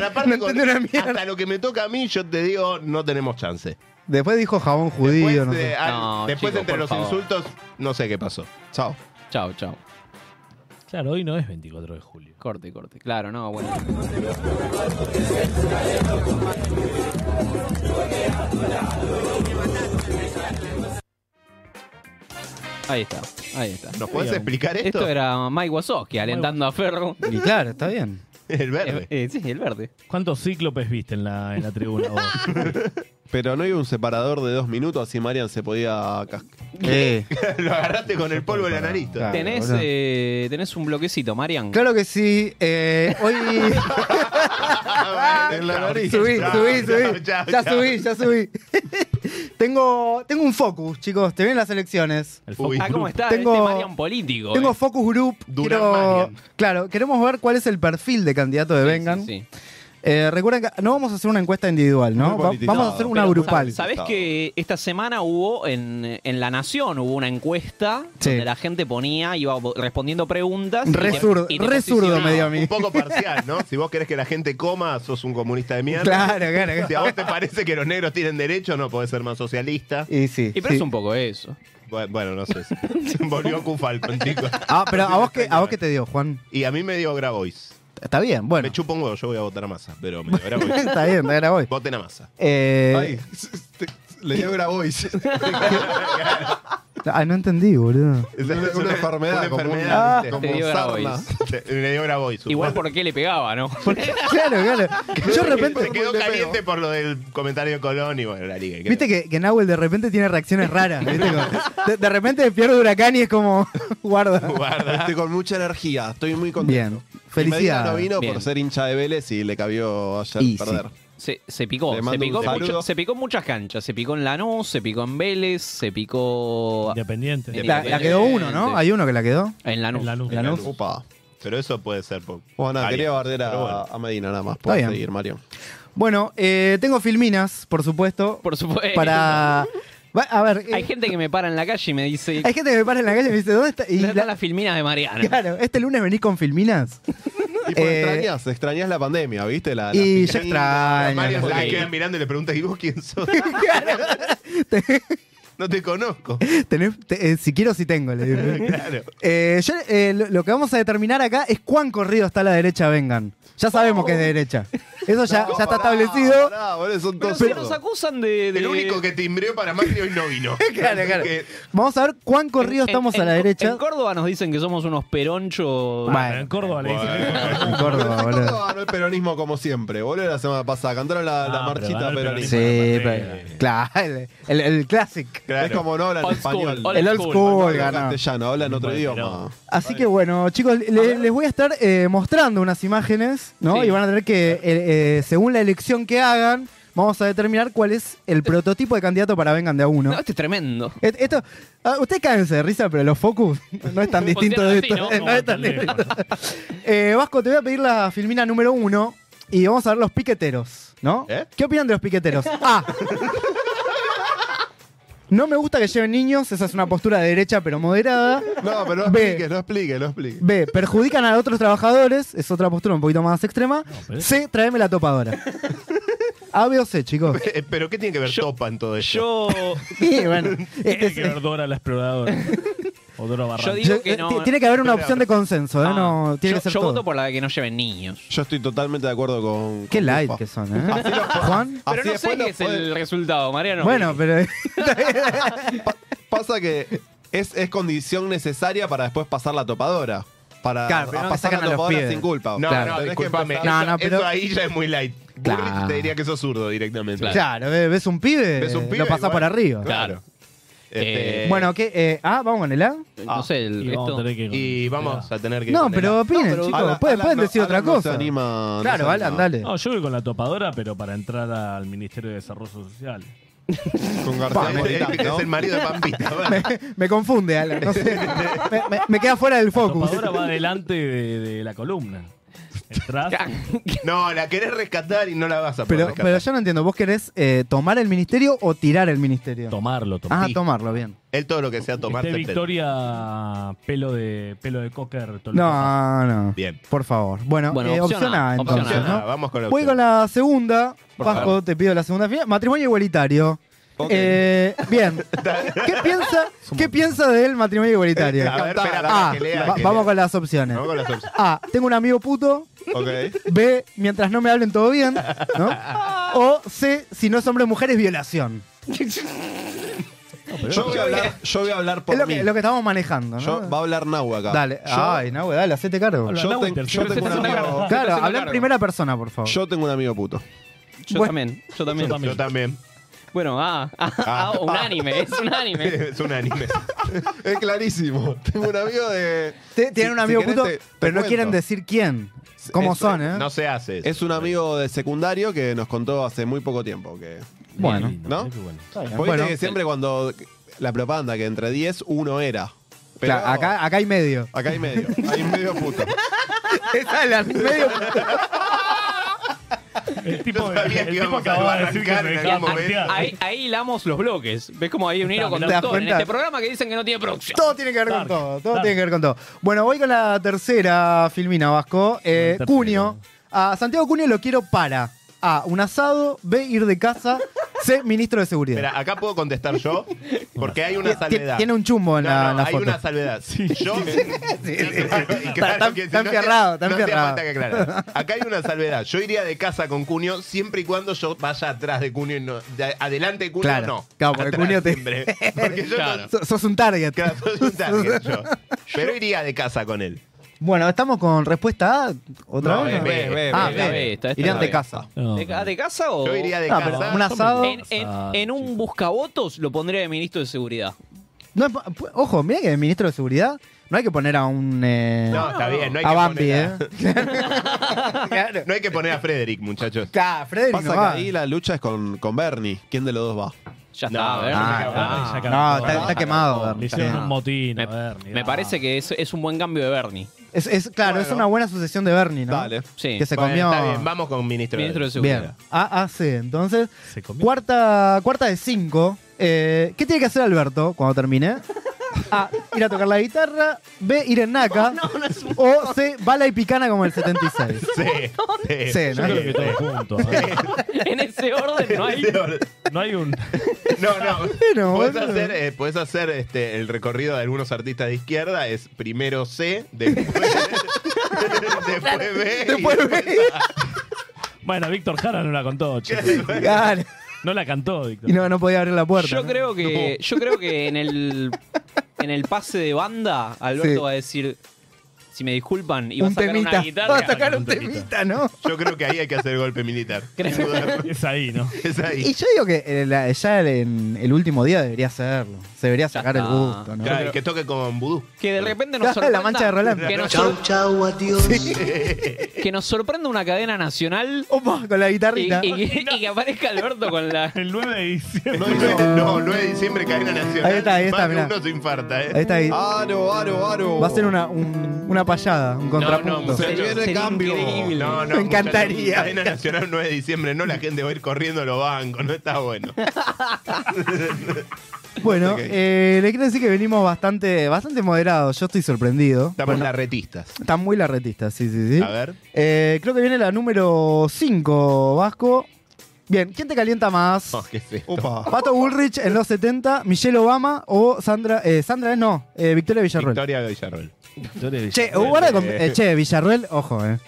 A: la parte
C: no
A: con-
C: entendí una mierda.
A: hasta lo que me toca a mí, yo te digo, no tenemos chance.
C: Después dijo jabón
A: Después,
C: judío, no
A: eh,
C: sé.
A: al-
B: No,
A: después
B: chicos,
A: entre
B: por
A: los
B: favor.
A: insultos, no sé qué pasó.
D: Chao.
B: Chao, chao.
F: Claro, hoy no es 24 de julio.
B: Corte, corte. Claro, no, bueno. Ahí está, ahí está.
A: ¿Nos puedes
F: Digamos,
A: explicar esto?
B: Esto era Mike Wazowski alentando a Ferro.
C: Y claro, está bien.
A: El verde.
B: Eh, eh, sí, el verde.
F: ¿Cuántos cíclopes viste en la, en la tribuna vos?
D: Pero no hay un separador de dos minutos, así Marian se podía cas-
C: Eh,
A: Lo agarraste con el polvo en la nariz.
C: Claro,
B: Tenés,
C: boludo.
B: eh, tenés un bloquecito, Marian.
C: Claro que sí. eh, hoy.
A: En
C: subí,
A: la nariz.
C: subí,
A: Chao,
C: subí.
A: chao, chao,
C: ya
A: chao.
C: subí, ya subí. tengo, tengo un focus, chicos. Te vienen las elecciones.
F: El
A: Uy.
F: Focus
B: Ah, ¿cómo
F: Group.
B: está
C: Tengo-
B: este Marian político?
C: Tengo
B: eh?
C: focus group.
A: Durán
C: Quiero-
A: Marian.
C: claro, queremos ver cuál es el perfil de candidato de Vengan.
B: Sí, sí.
C: Eh, recuerden que no vamos a hacer una encuesta individual, ¿no?
D: Muy
C: Va-
D: politizado.
C: vamos a hacer una
D: Pero,
C: grupal.
D: ¿sabes?
B: Sabés que esta semana hubo en, en La Nación hubo una encuesta
C: Sí.
B: donde la gente ponía, iba vo- respondiendo preguntas. y te-
C: Resurdo,
B: y te
C: resurdo
B: posicionaba.
C: medio a mí.
A: Un poco parcial, ¿no? Si vos querés que la gente coma, sos un comunista de mierda.
C: Claro, claro.
A: Si a vos te parece que los negros tienen derecho, no podés ser más socialista.
C: Y sí.
B: Y pero
C: sí.
B: es un poco eso.
A: Bu- Bueno, no sé. Se volvió Cufalcon, chicos.
C: Ah, pero a vos, qué, a vos qué te dio, Juan.
A: Y a mí me dio Grabois.
C: Está bien, bueno.
A: Me chupo un huevo, yo voy a votar a Massa, pero me dio Grabois.
C: está bien, está bien, voy.
A: Voten a Massa.
C: Eh,
D: Ay, le dio Grabois.
C: ah, no entendí, boludo.
A: Esa
D: Una-
A: es
D: una enfermedad
A: Una
D: como-
A: enfermedad.
C: Ah,
A: ¿viste?
D: como
B: Te dio
D: sarna.
B: Grabois.
A: Te- Le dio Grabois. supongo.
B: Igual por qué le pegaba, ¿no?
C: Claro, claro. Yo de repente.
A: Se quedó
D: Muy de
A: caliente por lo del comentario de Colón y bueno, la liga. ¿qué
C: Viste que, que Nahuel de repente tiene reacciones raras. ¿viste? Como- De, de repente pierde huracán y es como. guarda.
A: Guarda.
D: Estoy con mucha energía, estoy muy contento.
C: Bien.
D: Y Medina no
C: Felicidades.
D: vino
B: Bien.
D: por ser hincha de Vélez y le cabió ayer
C: Y sí.
D: perder.
B: Se, se picó,
D: Le
B: se
D: mando
B: picó,
D: un saludo.
B: mucho- se picó en muchas canchas. Se picó en Lanús, se picó en Vélez, se picó
F: Independiente.
B: Bien.
C: La, la quedó uno, ¿no? Hay uno que la quedó.
B: en Lanús.
F: En Lanús.
C: Lanús.
D: Upa.
A: Pero eso puede ser por.
D: Bueno,
A: varias.
D: quería bardear a,
A: Pero bueno.
D: a Medina nada más
C: Está
D: por
C: bien.
D: seguir, Mario.
C: Bueno, eh, tengo filminas, por supuesto.
B: Por supuesto.
C: Para. Va- A ver. eh,
B: Hay gente que me para en la calle y me dice,
C: hay gente que me para en la calle y me dice, ¿dónde está? Y
B: ¿dónde
C: la-
B: están las filminas de Mariana?
C: claro, este lunes venís con filminas.
D: Y por
C: Eh,
D: extrañas, extrañas la pandemia, ¿viste? La, la
C: Y yo
D: picadita.
A: Mario
C: extraño.
A: se
B: Ok.
A: le quedan mirando y le preguntas, ¿y vos quién sos?
C: Claro. Te-
A: No te conozco.
C: Tenés- te- eh, si quiero, si tengo. le dije.
A: Claro.
C: Eh, yo, eh, lo, lo que vamos a determinar acá es cuán corrido está la derecha, vengan. Ya sabemos que es de derecha. Eso ya, ya está establecido.
D: Ah,
A: Pará, boludo, son
B: Pero
A: todos
B: si
A: zurdos.
B: nos acusan de. de-
A: El único que timbreó para Macri hoy no vino.
C: Eh, Claro, claro.
A: Que-
C: Vamos a ver cuán
B: en-
C: corrido
B: en-
C: estamos a la
B: en-
C: derecha.
B: En Córdoba nos dicen que somos unos peronchos.
F: Bueno,
C: Bueno,
F: en Córdoba le dicen.
C: en
D: Pero
C: Córdoba,
D: en
C: boludo.
D: Córdoba ganó el peronismo como siempre, boludo, la semana pasada. Cantaron la, la
F: Ah, pero ganó
D: marchita
F: el
D: peronista.
C: Sí,
F: Bueno,
C: pero- claro, el, el, el classic.
D: Es como no hablan
B: Old
D: español.
B: school, old
C: El old
B: school.
C: school
D: hablan
C: ganó.
D: castellano, hablan otro
F: Bueno,
D: idioma.
C: Así que bueno, chicos, le- les voy a estar eh, mostrando unas imágenes, ¿no?
B: Sí.
C: Y van a tener que, eh, eh, según la elección que hagan, vamos a determinar cuál es el prototipo de candidato para vengan de a uno.
B: No, este es tremendo.
C: Et- Esto, ah, ustedes cádense de risa, pero los focus no es tan distinto de esto.
B: Así, ¿no?
C: Eh, no es tan distinto. Eh, Vasco, te voy a pedir la filmina número uno y vamos a ver los piqueteros, ¿no?
A: ¿Eh?
C: ¿Qué opinan de los piqueteros? A. No me gusta que lleven niños, esa es una postura de derecha pero moderada.
D: No, pero no
C: Ve.
D: expliques, no expliques, no expliques.
C: B. Perjudican a otros trabajadores, es otra postura un poquito más extrema.
F: pero-
C: C. Tráeme la topadora. A, B o C, chicos.
A: Eh, Pero ¿qué tiene que ver Topa en todo esto?
B: Yo,
C: Y bueno, eh,
F: Tiene
C: es-
F: que ver Dora la exploradora. O Dora
B: Yo
F: Barranca.
B: digo
C: yo- eh,
B: que no.
C: ti- tiene que haber una opción de consenso, ¿eh?
B: Ah,
C: no, tiene
B: yo,
C: que ser
B: yo
C: todo.
B: voto por la que no lleven niños.
D: Yo estoy totalmente de acuerdo con.
C: Qué
D: con
C: light
D: Ufa.
C: que son, ¿eh? Juan.
B: Pero
D: Así
B: no sé
D: después
B: qué
D: nos
B: es
D: puede-
B: el resultado, Mariano.
C: Bueno, pero
D: Pasa que es, es condición necesaria para después pasar la topadora. Para
C: Claro, pero no
D: pasar
C: te sacan
D: la
C: a los
D: topadora
C: pibes.
D: sin culpa.
A: No,
C: Claro.
A: no,
D: Tenés que
A: discúlpame.
D: empezar-
C: No,
A: eso-
C: no, pero-
A: Eso ahí ya es muy light.
C: Claro.
A: Bullrich te diría que sos zurdo directamente.
C: claro, ve- ves un pibe,
A: Ves un pibe,
C: lo pasás
A: igual.
C: por arriba.
B: Claro.
A: Este,
B: Eh,
C: Bueno, ¿qué? Eh, ah, vamos con el A.
B: no sé, el
F: Y vamos a
B: resto.
F: tener que-
A: Y vamos a tener que.
C: No, pero opinen,
B: pero-
C: chicos.
D: Alan-
C: pueden
D: Alan
C: pueden
D: no-
C: decir otra
D: Alan no
C: cosa.
D: se anima, no
C: claro,
D: se
C: Alan,
D: anima.
C: dale.
F: No, yo voy con la topadora, pero para entrar al Ministerio de Desarrollo Social.
D: Con
A: Pa,
D: García
A: es,
D: Moritán,
A: es- es el
D: ¿no?
A: marido de Pampita. va.
C: Me, me confunde, Alan. No sé. me, me- me queda fuera del
F: La
C: focus.
F: topadora va delante de, de la columna. Entrás.
B: Ah,
A: Ah, No, la querés rescatar y no la vas a poder
C: Pero,
A: rescatar.
C: pero yo no entiendo. ¿Vos querés eh, tomar el ministerio o tirar el ministerio?
F: Tomarlo, tomarlo.
C: Ah, tomarlo, bien.
A: Él todo lo que sea tomar
F: Este
A: se prende.
F: Victoria pelo de pelo de cocker. todo lo que
C: No, no.
A: Bien.
C: Por favor. Bueno,
B: Bueno,
C: eh,
B: opción
C: opción
B: A,
C: A, entonces,
B: opción
A: Ah,
C: ¿no?
A: vamos con la
C: Voy
A: opción.
C: con la segunda.
A: Por
C: Vasco,
A: favor.
C: te pido la segunda final. Matrimonio igualitario. Eh, bien. ¿Qué piensa, ¿Qué piensa del matrimonio igualitario?
A: A ver, espera,
C: Ah,
A: que lea,
C: va-
A: que
C: vamos
A: lea.
C: con las opciones.
A: Vamos con las opciones.
C: A. Tengo un amigo puto.
D: Ok.
C: B. Mientras no me hablen todo bien. ¿no? O C. Si no es hombre o mujer es violación.
D: Yo voy a hablar, yo voy a hablar por
C: es lo
D: mí.
C: que, lo que estamos manejando. ¿no?
D: Yo- va a hablar Nahua acá.
C: Dale.
D: Yo-
C: Ay, Nahue, dale, hacete cargo.
F: Hola.
D: yo
F: Nahua
D: ten- yo
F: interfiere.
D: tengo un
F: Se está
D: amigo-
B: haciendo
C: Claro,
B: haciendo
C: habla en
B: cargo.
C: primera persona, por favor.
D: yo tengo un amigo puto.
B: Yo
C: Bueno.
B: también, yo también.
F: Yo también.
A: Yo también.
B: Bueno, ah, ah, ah, un anime, es un anime.
A: es un anime.
D: Es clarísimo. Tengo un amigo de.
C: Te- Tienen un
D: Si- si
C: amigo
D: querés
C: puto,
D: te- te
C: pero no
D: cuento.
C: quieren decir quién. ¿Cómo
D: Es-
C: son, eh?
A: No se hace. eso.
D: Es un amigo de secundario que nos contó hace muy poco tiempo. que
F: Bueno,
C: Bueno.
D: ¿No?
F: mirá qué bueno.
D: Viste
C: Bueno.
D: que siempre cuando. La propaganda que entre 10, uno era. Pero
C: Claro, acá, acá hay medio.
D: acá hay medio. Hay medio puto.
C: Esa es la medio.
F: El tipo,
A: Yo sabía
F: el
A: que
F: tipo
A: íbamos a
F: acababa de decir que
A: arrancar
F: me
A: en
F: dejaba
A: algún momento.
F: putear.
B: Ahí, ahí hilamos los bloques. ¿Ves cómo hay un hilo
C: ¿Te das
B: conductor en
C: cuenta?
B: este programa que dicen que no tiene producción?
C: Todo tiene que ver con
F: Dark,
C: todo. Todo
F: dark.
C: tiene que ver con todo. Bueno, voy con la tercera filmina, Vasco. Eh,
F: La tercera.
C: Cunio. A Santiago Cunio lo quiero para A. Un asado. B. Ir de casa. C. Ministro de Seguridad.
A: Espera, acá puedo contestar yo, porque hay una
C: Tie-
A: salvedad.
C: tiene un chumbo en
A: No,
C: la,
A: no,
C: en la
A: hay
C: foto.
A: una salvedad. Yo.
C: sí, sí.
A: Claro,
C: Está- está-
A: que si
C: está enfierrado, está
A: no hace- no hace
C: enfierrado.
A: falta que aclarar. Acá hay una salvedad. Yo iría de casa con Cunio siempre y cuando yo vaya atrás de Cunio y no. de- adelante de Cunio
C: Claro,
A: no.
C: claro, porque
A: Atrás
C: Cunio te-
A: siempre. Porque yo
B: Claro.
A: no-
C: So- sos un target.
A: claro, soy un target yo. Pero iría de casa con él.
C: Bueno, estamos con respuesta A. ¿Otra
A: No,
C: vez?
A: es B,
D: B,
C: ah,
B: B,
C: B.
B: B, esta, esta
C: Irían
B: es
C: de
B: B.
C: casa.
F: No,
B: ¿De, ca- de casa o.?
A: Yo iría de
C: Ah,
A: casa.
C: pero un asado. Ah,
B: En, en- en un buscabotos lo pondría de ministro de seguridad.
C: No es pa- pu- ojo, mira que el ministro de Seguridad no hay que poner a un. eh,
A: No, está bien, no hay
C: a
A: que
C: Bambi,
A: poner
C: ¿eh?
A: a, No hay que poner a Frederick, muchachos.
C: Claro, Frederick
D: Pasa
C: no
D: que
C: va.
D: ahí la lucha es con, con Bernie. ¿Quién de los dos va?
B: Ya está, a
A: No,
B: ver.
A: no,
B: Ah,
F: no,
B: ah.
C: No,
F: ya cantó.
C: está, está quemado.
F: Le
C: Bernie,
F: hicieron
C: está
F: un
C: quemado.
F: motín.
B: Me,
F: a Bernie,
B: me
F: ah.
B: parece que es, es un buen cambio de Bernie.
C: Es, es- claro, es una buena sucesión de Bernie, ¿no?
D: Dale.
B: Sí.
C: Que se
A: Bueno,
C: comió.
A: Está bien, vamos con ministro.
B: Ministro de seguridad.
C: Bien. A, A, C. Entonces,
F: Se comió.
C: cuarta, cuarta de cinco. Eh, ¿Qué tiene que hacer Alberto cuando termine? A. Ir a tocar la guitarra. B. Ir en
B: Oh,
C: naca. o C. Bala y picana como el 76.
A: Sí, sí,
C: Sí,
F: Yo
C: ¿no?
F: creo que todo junto. a ver.
B: en ese orden no hay.
A: sí.
F: No hay un.
A: No, no.
C: Bueno,
A: Podés
C: boludo.
A: hacer, eh, podés hacer este, el recorrido de algunos artistas de izquierda. Es primero C, después, después B. y después
F: Bueno, Víctor Jara no la contó, chicos.
C: Claro.
F: No la cantó, Víctor.
C: Y no, no podía abrir la puerta.
B: Yo
C: ¿no?
B: creo que, yo creo que en el en el pase de banda, Alberto
C: Sí.
B: va a decir, si me disculpan, y va a
C: un
B: sacar
C: temita.
B: una guitarra.
C: Va a sacar un temita, ¿no?
A: Yo creo que ahí hay que hacer el golpe militar.
F: Es ahí, ¿no?
A: Es
C: Y
A: ahí.
C: yo digo que eh, la- ya en el último día debería hacerlo. Se debería sacar el
B: está.
C: gusto, ¿no?
A: Claro, y que toque con vudú.
B: Que de repente
C: La
B: nos sorprenda.
C: mancha de Roland.
B: Que nos, sor- que nos sorprenda una cadena nacional
C: Opa, con la
B: y,
C: guitarrita.
B: y que- y que aparezca Alberto con la.
F: El 9 de diciembre.
A: No, no, 9 de diciembre, cadena nacional.
C: Ahí está, ahí está,
A: Más de
C: mirá.
A: uno se infarta, ¿eh?
C: Ahí está ahí.
D: Aro, aro, aro.
A: oh.
C: Va a ser una, un- una payada, un contrapunto.
A: no,
D: Se viene
B: Sería
D: cambio.
B: increíble.
A: No, no,
C: Me encantaría.
A: muchachos, Cadena nacional 9 de diciembre, no la gente va a ir corriendo a los bancos, no está bueno.
C: bueno,
A: Ok.
C: eh, le quiero decir que venimos bastante, bastante moderados. Yo estoy sorprendido.
A: Estamos larretistas.
C: Están muy larretistas, sí, sí, sí.
A: A ver.
C: Eh, creo que viene la número 5, Vasco. Bien, ¿quién te calienta más?
A: Oh, qué feo.
D: Opa.
C: Pato Bullrich en los 70, Michelle Obama o Sandra. Eh, Sandra es no, eh, Victoria Villarroel.
A: Victoria Villarroel.
C: Che, guarda con- eh, che, Villarroel, ojo, eh.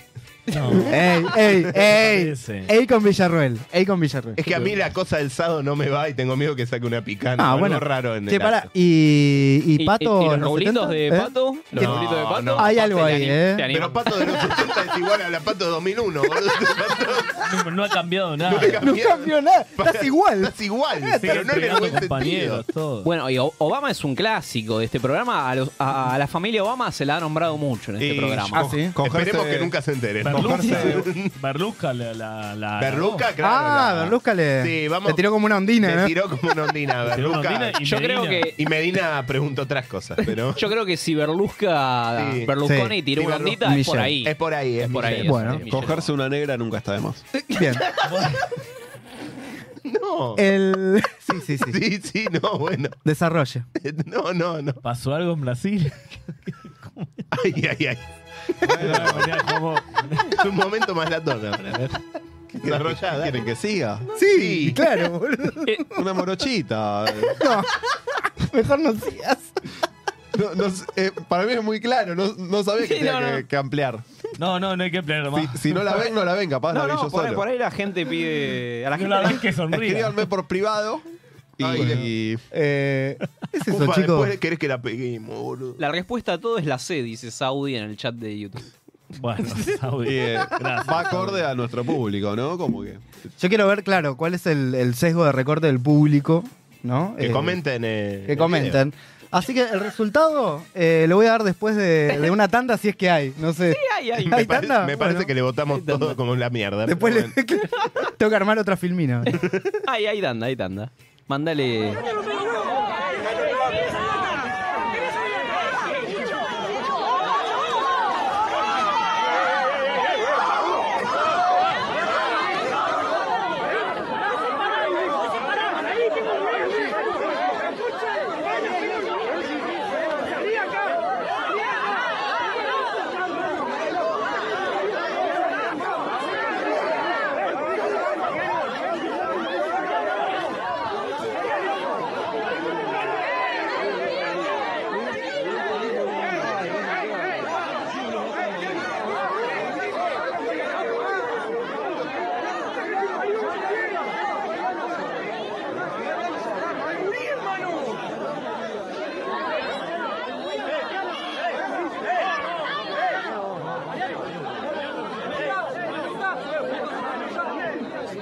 C: Ey, ey, ey.
F: Ese.
C: Ey con Villarroel, ey con Villarroel.
A: Es que a mí la cosa del sado no me va y tengo miedo que saque una picana.
C: Ah,
A: o algo
C: bueno.
A: raro en
C: Che,
A: el
C: pará,
A: acto.
C: y, y
B: ¿Y-
C: Pato.
B: y- y
C: en
B: los
C: los
B: rulitos
C: 70,
B: de
C: ¿eh?
B: Pato? ¿Los
A: No,
B: rulitos de Pato?
A: no.
C: Hay
B: Pato,
C: algo
B: te
C: ahí,
B: anim-
C: ¿eh?
B: te animo.
A: Pero Pato de los 80 es igual a la Pato de 2001, boludo.
F: No, no ha cambiado nada.
A: Pato,
C: No cambió nada, estás igual.
A: Estás igual,
F: Sigue
A: pero no en el
F: entregando
A: buen sentido.
F: compañeros, todo.
B: Bueno, y O- Obama es un clásico de este programa. A, los- a- a la familia Obama se la ha nombrado mucho en este
A: Y-
B: programa.
C: Ah, sí.
A: Esperemos que nunca se enteren.
F: Berlusca, Berlusca la, la, la-
A: Berluca, claro.
C: Ah,
A: la-
C: Berlusca le.
A: Sí, vamos.
C: Te tiró como una ondina, ¿eh?
A: Me
C: ¿no?
A: tiró como una ondina,
F: la- tiró una
A: Berluca.
F: ondina y
B: Yo creo
F: Medina.
B: que-
A: Y Medina preguntó otras cosas, pero.
B: Yo creo que si Berlusca,
A: Sí.
B: Berlusconi
A: Sí.
B: tiró
A: Sí,
B: una
A: Berlu-
B: ondita, es por
C: Michelle.
B: ahí.
A: Es por ahí, es,
B: Es por ahí.
A: Michelle.
B: es
C: Bueno.
B: Michelle.
D: Cogerse una negra nunca está de más.
C: Bien.
A: No.
C: Eh, El. Sí, sí, sí.
A: Sí, sí, no, bueno.
C: Desarrolla.
A: No, no, no.
F: ¿Pasó algo en Brasil?
A: Ay, ay, ay.
F: Mirá cómo-
A: Es un momento más latona. para ver. Desarrollá, dale.
D: ¿Quieren que siga?
C: Sí, claro, boludo.
D: Una morochita.
C: No. Mejor no sigas.
D: No, no sé, eh, para mí es muy claro, no, no sabía que
B: Sí,
D: tenía
B: no, no.
D: Que, que ampliar.
F: No, no, no hay que pelear
D: Si,
F: más.
D: si no la ven, no la ven, capaz
B: No,
D: la vi
B: no,
D: yo
B: por ahí,
D: solo.
B: por ahí la gente pide. A la
F: No
B: gente
F: la ven que sonría.
D: Escríbanme por privado y, y-
C: Eh, es eso,
A: Ufa,
C: chicos.
A: después querés que la peguemos, boludo.
B: La respuesta a todo es la C, dice Saudi en el chat de YouTube.
F: Bueno, Saudi.
D: y, eh,
F: Gracias.
D: va acorde a nuestro público, ¿no? Como que
C: Yo quiero ver, claro, cuál es el, el sesgo de recorte del público, ¿no?
A: Que
C: Eh,
A: comenten. eh,
C: Que
A: el
C: comenten. Así que el resultado eh, lo voy a dar después de, de una tanda, si es que hay. No sé.
B: Ay, ay,
A: video. Me,
C: ¿Hay
A: parece-
C: tanda?
A: me parece
C: Bueno.
A: que le votamos todo como la
B: ah.
A: mierda.
C: Después
A: pero
C: le... tengo que armar otra filmina.
B: ay, ay, tanda, ay, tanda. Mándale.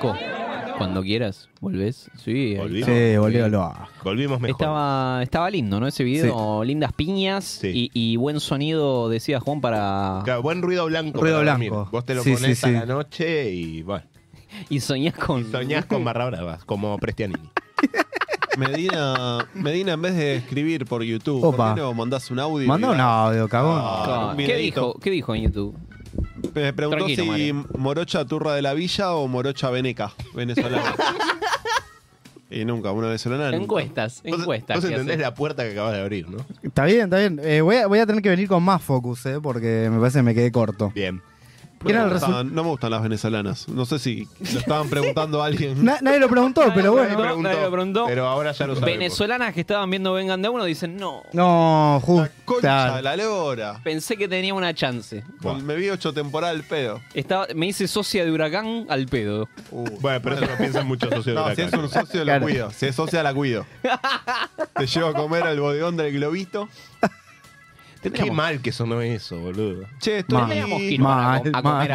B: Co. Cuando quieras, volvés. Sí, ahí
A: Volví.
B: está.
C: Sí, boludo, lo hago.
A: Volvimos mejor.
B: Estaba, estaba lindo, ¿no? Ese video, lindas piñas
A: Sí.
B: y, y buen sonido, decía Juan, para...
A: Claro, buen ruido blanco.
C: Ah. Ruido
A: para dormir.
C: blanco.
A: Vos te lo
C: Sí,
A: pones
C: sí,
A: a
C: sí.
A: la noche y bueno.
B: Y soñás con...
A: Soñás con barra brava, como Prestianini.
D: Medina, Medina en vez de escribir por YouTube,
C: Opa.
D: ¿por qué no mandás un audio?
C: Manda un audio, cagón.
D: Ah, un
B: ¿Qué
D: videíto.
B: dijo, ¿Qué dijo en YouTube?
D: Me eh, preguntó
B: Tranquilo,
D: si
B: Mario.
D: morocha turra de la villa o morocha veneca, venezolana. y nunca, una venezolana. nunca.
B: Encuestas,
A: Vos,
B: encuestas.
A: vos
B: que
A: entendés
B: hace.
A: la puerta que acabas de abrir, ¿no?
C: Está bien, está bien. Eh, voy, a, voy a tener que venir con más focus, eh, porque me parece que me quedé corto.
A: Bien.
C: ¿Qué era el
D: me
C: resu-
D: gustaban- no me gustan las venezolanas. No sé si lo estaban preguntando a alguien.
C: Na- nadie lo preguntó, pero
B: Nadie
C: bueno.
B: preguntó, nadie lo preguntó.
A: Pero ahora ya lo sabemos.
B: Venezolanas que estaban viendo Vengan de a Uno dicen, no,
C: No,
D: Concha de
C: justa.
D: la lora.
B: pensé que tenía una chance.
D: Con- Me vi ocho temporadas al pedo.
B: Estaba, me hice socia de Huracán al pedo.
D: Uh.
A: Bueno, pero eso lo piensan muchos socios
D: No,
A: de
D: si
A: la
D: es un socio, la
C: Claro.
D: cuido. Si es socia, la cuido. Te llevo a comer al bodegón del globito.
A: Qué
B: Tendríamos,
A: mal que sonó eso, boludo.
D: Che, estoy
C: Mal.
B: tendríamos que
D: aquí.
B: ir a,
C: Mal,
B: a comer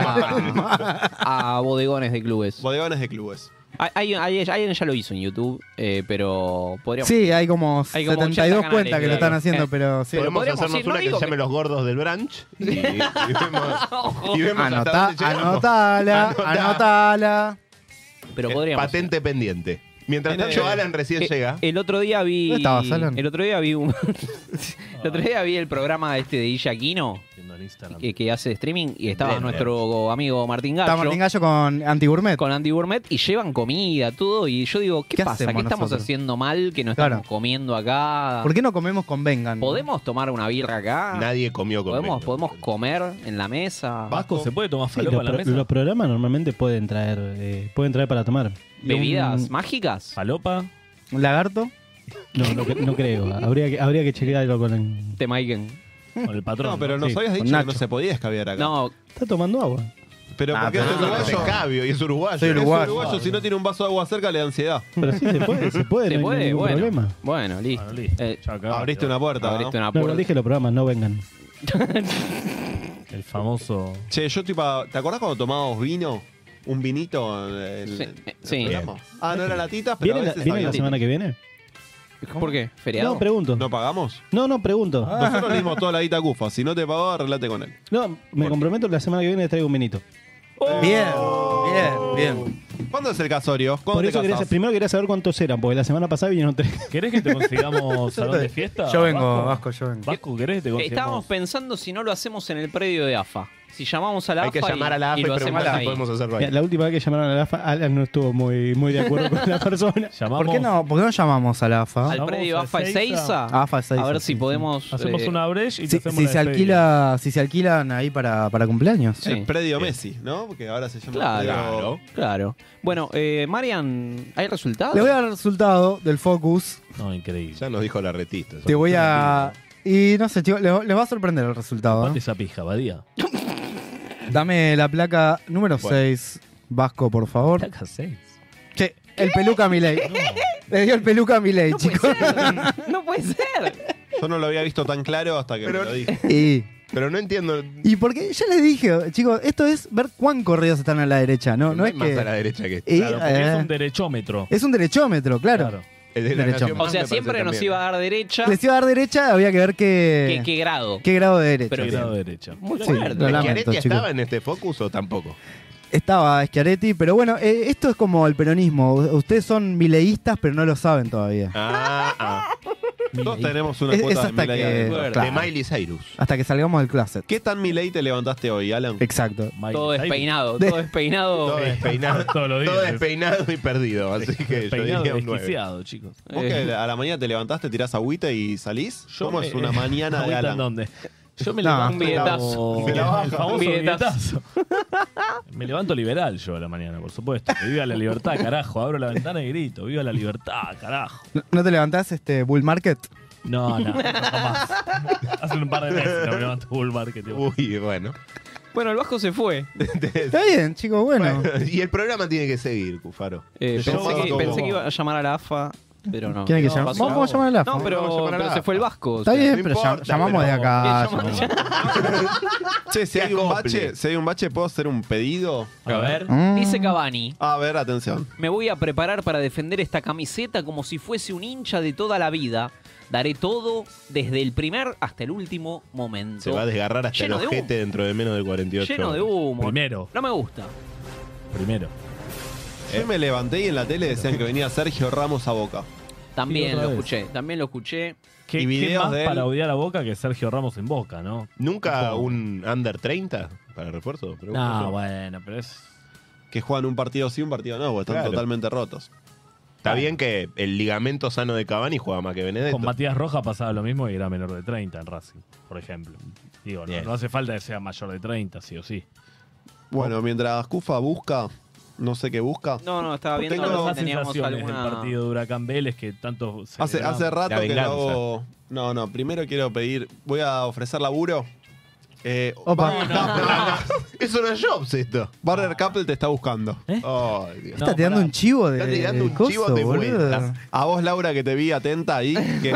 B: a, a bodegones de clubes.
D: Bodegones de clubes.
B: Hay- hay- hay- Alguien ya lo hizo en YouTube, eh, pero podríamos...
C: Sí, hay como
B: Hay como 80
C: 72
B: canales,
C: cuentas que lo
B: claro.
C: están haciendo,
B: Eh.
C: pero sí.
A: Podemos
B: podríamos
A: hacernos
B: ir, no
A: una que
B: digo
A: se llame
B: que-
A: los gordos del brunch y, y vemos, y vemos
C: Anotá,
A: hasta dónde llegamos.
C: anotala,
A: Anotá.
C: anotala.
B: Pero
A: Eh,
B: podríamos.
A: Patente pendiente. Mientras
D: Tiene-
A: tanto, Alan recién
B: Eh,
A: llega.
B: El otro día vi.
C: ¿Dónde estabas, Alan?
B: El otro día vi un. el otro día vi el programa este de Illa Aquino,
F: Viendo en Instagram.
B: que, que hace streaming, y estaba
A: Blender.
B: nuestro amigo Martín Gallo.
C: Está Martín Gallo con Antigourmet.
B: Con Andy Gourmet y llevan comida, todo. Y yo digo, ¿qué,
C: ¿Qué
B: pasa? ¿Qué
C: hacemos
B: estamos
C: nosotros?
B: haciendo mal que no
C: Claro.
B: estamos comiendo acá?
C: ¿Por qué no comemos con Vengan?
B: ¿Podemos tomar una birra acá?
A: Nadie comió con
B: ¿Podemos,
A: Vengan.
B: podemos comer en la mesa?
F: Vasco, ¿se puede tomar
G: Sí,
F: falopa
G: los,
F: en la
G: pro-
F: mesa?
G: los programas normalmente pueden traer eh, pueden traer para tomar.
B: ¿Bebidas mágicas?
F: ¿Falopa?
C: ¿Un lagarto?
G: No, no, cre- no creo. Habría que, habría que chequearlo con el...
B: Te Maiken.
F: Con el patrón.
D: No, pero nos
F: Sí.
D: habías dicho que
C: Nacho.
D: no se podía escabiar acá.
B: No,
G: Está tomando agua.
D: Pero porque
A: pero
D: es
A: eso no es
D: uruguayo.
A: escabio y es uruguayo.
C: Soy
D: Es
C: uruguayo.
D: uruguayo, si no tiene un vaso de agua cerca le da ansiedad.
G: Pero sí, se puede, se puede,
B: se
G: Eh, no hay
B: puede,
G: ningún
B: bueno.
G: problema.
B: Bueno, listo.
F: Bueno, listo.
B: Eh,
F: Ya acá,
D: Abriste una puerta. ¿no?
B: abriste una
G: No,
B: puerta.
G: no dije los programas, no vengan.
F: El famoso...
D: Che, yo estoy pa- ¿Te acordás cuando tomábamos vino? ¿Un vinito? en el-
B: Sí,
D: en el
B: sí.
D: programa? Ah, no era latita, pero a
G: ¿Viene la,
D: veces
G: viene
D: había-
G: la semana que viene?
B: ¿Por qué? ¿Feriado?
G: No, pregunto.
D: ¿No Ah. pagamos?
G: No, no, pregunto.
D: Nosotros le dimos toda la guita a Cufa. Si no te pagó, arreglate con él.
G: No, me comprometo la semana que viene traigo un vinito.
B: Oh.
C: Bien, bien, bien.
D: ¿Cuándo es el casorio? ¿Cuándo
G: Por
D: te
G: eso quería,
D: casás?
G: primero quería saber cuántos eran, porque la semana pasada vinieron tres.
F: ¿Querés que te consigamos salón de fiesta?
C: Yo vengo, Vasco, yo vengo.
F: Vasco, ¿querés que te consigamos?
B: Estábamos pensando si no lo hacemos en el predio de AFA. Si llamamos a la
A: Hay
B: AFA
A: que llamar
B: y,
A: a la AFA
B: y
A: y
B: lo hacemos
A: preguntar si
B: ahí.
A: podemos hacerlo
G: Mira,
A: ahí.
G: La última vez que llamaron a la AFA, Alan no estuvo muy, muy de acuerdo con la persona.
F: Llamamos,
C: ¿Por qué no, por qué no llamamos ¿Ah? a la AFA?
B: Al
F: Vamos
B: predio
F: a
B: AFA Ezeiza.
F: Ezeiza.
C: AFA Ezeiza,
B: A ver si
G: sí,
B: podemos...
F: Hacemos
B: eh,
F: una brecha y te
C: Si,
F: hacemos
C: si
F: la
C: se
F: despedida.
C: alquila, si se alquilan ahí para, para cumpleaños.
B: Sí.
D: El predio Messi, ¿no? Porque ahora se llama
B: Claro.
D: predio-
B: Claro. Bueno, eh, Marian, ¿hay resultados?
C: Le voy a dar el resultado del focus.
F: No, increíble.
A: Ya nos dijo la retista.
C: Te voy a. Y no sé, chicos, les, les va a sorprender el resultado. ¿eh?
F: Ponte esa pija, Badía.
C: Dame la placa número 6, Vasco, por favor.
F: Placa 6.
C: Che, el peluca a Milei. Le dio el peluca a Milei,
B: No puede
C: chicos.
B: ser. No puede ser.
D: Yo no lo había visto tan claro hasta que
A: Pero-
D: me lo dije.
C: Y,
A: Pero no entiendo.
C: y porque ya les dije, chicos, esto es ver cuán corridos están a la derecha, ¿no? No
A: hay
C: es
A: más a la
C: que.
A: derecha que este.
C: y,
F: Claro, porque es
C: eh,
F: un derechómetro.
C: es un derechómetro, claro.
A: el de la
C: Derecho.
A: Nación
B: O
A: Más
B: sea,
A: me parece
B: siempre nos
A: también.
B: iba a dar derecha.
C: Les iba a dar derecha, había que ver
B: ¿Qué,
C: qué,
B: qué grado?
C: qué grado de derecha.
F: Pero grado derecha.
B: Muy
C: Sí,
B: fuerte.
C: lo lamento,
A: ¿Schiaretti
C: chicos.
A: estaba en este focus o tampoco?
C: Estaba Schiaretti, pero bueno, eh, esto es como el peronismo. U- Ustedes son mileístas, pero no lo saben todavía.
A: Ah, ah.
D: Todos tenemos una
C: Es-
D: cuota
C: es
D: de
C: hasta
D: Milei
C: que-
D: adentro.
B: Claro.
A: De Miley Cyrus.
C: Hasta que salgamos del closet.
D: ¿Qué tan Milei te levantaste hoy, Alan?
C: Exacto.
F: Miley
B: Todo
F: Cyrus.
B: despeinado,
C: De-
B: todo despeinado. Eh,
A: Todo despeinado,
F: Todos los días.
A: todo despeinado y perdido. Así que yo
F: Despeinado,
A: diría un 9.
F: desquiciado, chicos.
D: ¿Vos que a la mañana te levantás, te tirás agüita y salís?
F: Yo
D: ¿Cómo
F: me-
D: es una mañana de
F: ¿Agüita en
D: Alan?
F: dónde? Yo me
C: No,
F: levanto...
B: un billetazo.
F: como-
D: Se la baja.
F: El famoso
B: Un billetazo.
F: billetazo. me levanto liberal yo a la mañana, por supuesto. Que viva la libertad, carajo. Abro la ventana y grito. Viva la libertad, carajo.
C: ¿No- ¿No te levantás este Bull Market?
F: No, no, no más. Hace un par de meses no me levanto Bull Market. tipo.
A: Uy, bueno.
B: Bueno, el Vasco se fue.
C: Está bien, chicos, bueno.
A: y el programa tiene que seguir, Cufaro.
B: Eh,
D: Yo
B: pensé, que,
D: como-
B: pensé que iba a llamar a la AFA, pero no.
C: ¿Quién hay que
B: No,
C: llamar?
B: pasó.
C: Vamos a llamar a la AFA.
B: No,
A: Vamos a
B: pero,
A: llamar a la
B: pero se fue el Vasco. o
C: Está
B: sea.
C: bien,
A: no
C: pero llam-
A: importa,
C: llamamos de
A: pero-
C: acá.
B: ¿Qué llamamos?
C: llamamos.
D: Che, si
A: Que
D: hay, un
A: acople.
D: bache, si hay un bache, ¿puedo hacer un pedido?
F: A ver.
C: Mm.
B: Dice Cavani,
D: A ver, atención.
B: me voy a preparar para defender esta camiseta como si fuese un hincha de toda la vida. Daré todo desde el primer hasta el último momento.
A: Se va a desgarrar hasta
B: Lleno
A: el
B: de
A: ojete dentro de menos de 48
B: Lleno de
A: horas.
B: humo.
F: Primero.
B: No me gusta.
F: Primero.
D: Yo me levanté y en la tele decían que venía Sergio Ramos a Boca.
F: Sí,
B: También
F: otra
B: lo
F: vez.
B: escuché, también lo escuché.
F: ¿Qué,
D: Y
F: qué
D: videos
F: más
D: de él.
F: para odiar a Boca que Sergio Ramos en Boca, no?
A: ¿Nunca un under 30 para refuerzo? Pregunto
F: No,
A: yo.
F: bueno, pero es...
D: Que juegan un partido sí, un partido no, porque están
A: Claro.
D: totalmente rotos.
A: Está bien que el ligamento sano de Cavani juega más que Benedetto.
F: Con Matías Roja pasaba lo mismo y era menor de 30 en Racing, por ejemplo. Digo, no,
A: Bien.
F: no hace falta que sea mayor de 30, sí o sí.
D: Bueno, mientras Cufa busca, no sé qué busca.
B: No, no, estaba viendo
F: Tengo
B: si
F: las
B: teníamos
F: sensaciones
B: alguna.
F: del partido de Huracán Vélez que tanto. se-
D: Hace, hace rato
F: La
D: que no
F: venganza.
D: hago. No, no, primero quiero pedir. Voy a ofrecer laburo. Eh, Barrer
A: Eso no es Jobs esto.
D: Barrer Couple te está buscando.
A: Ay, Dios.
C: Está tirando un chivo de.
A: Está tirando un
C: coso,
A: chivo de
C: boludo.
A: vueltas.
D: A vos, Laura, que te vi atenta ahí. Que...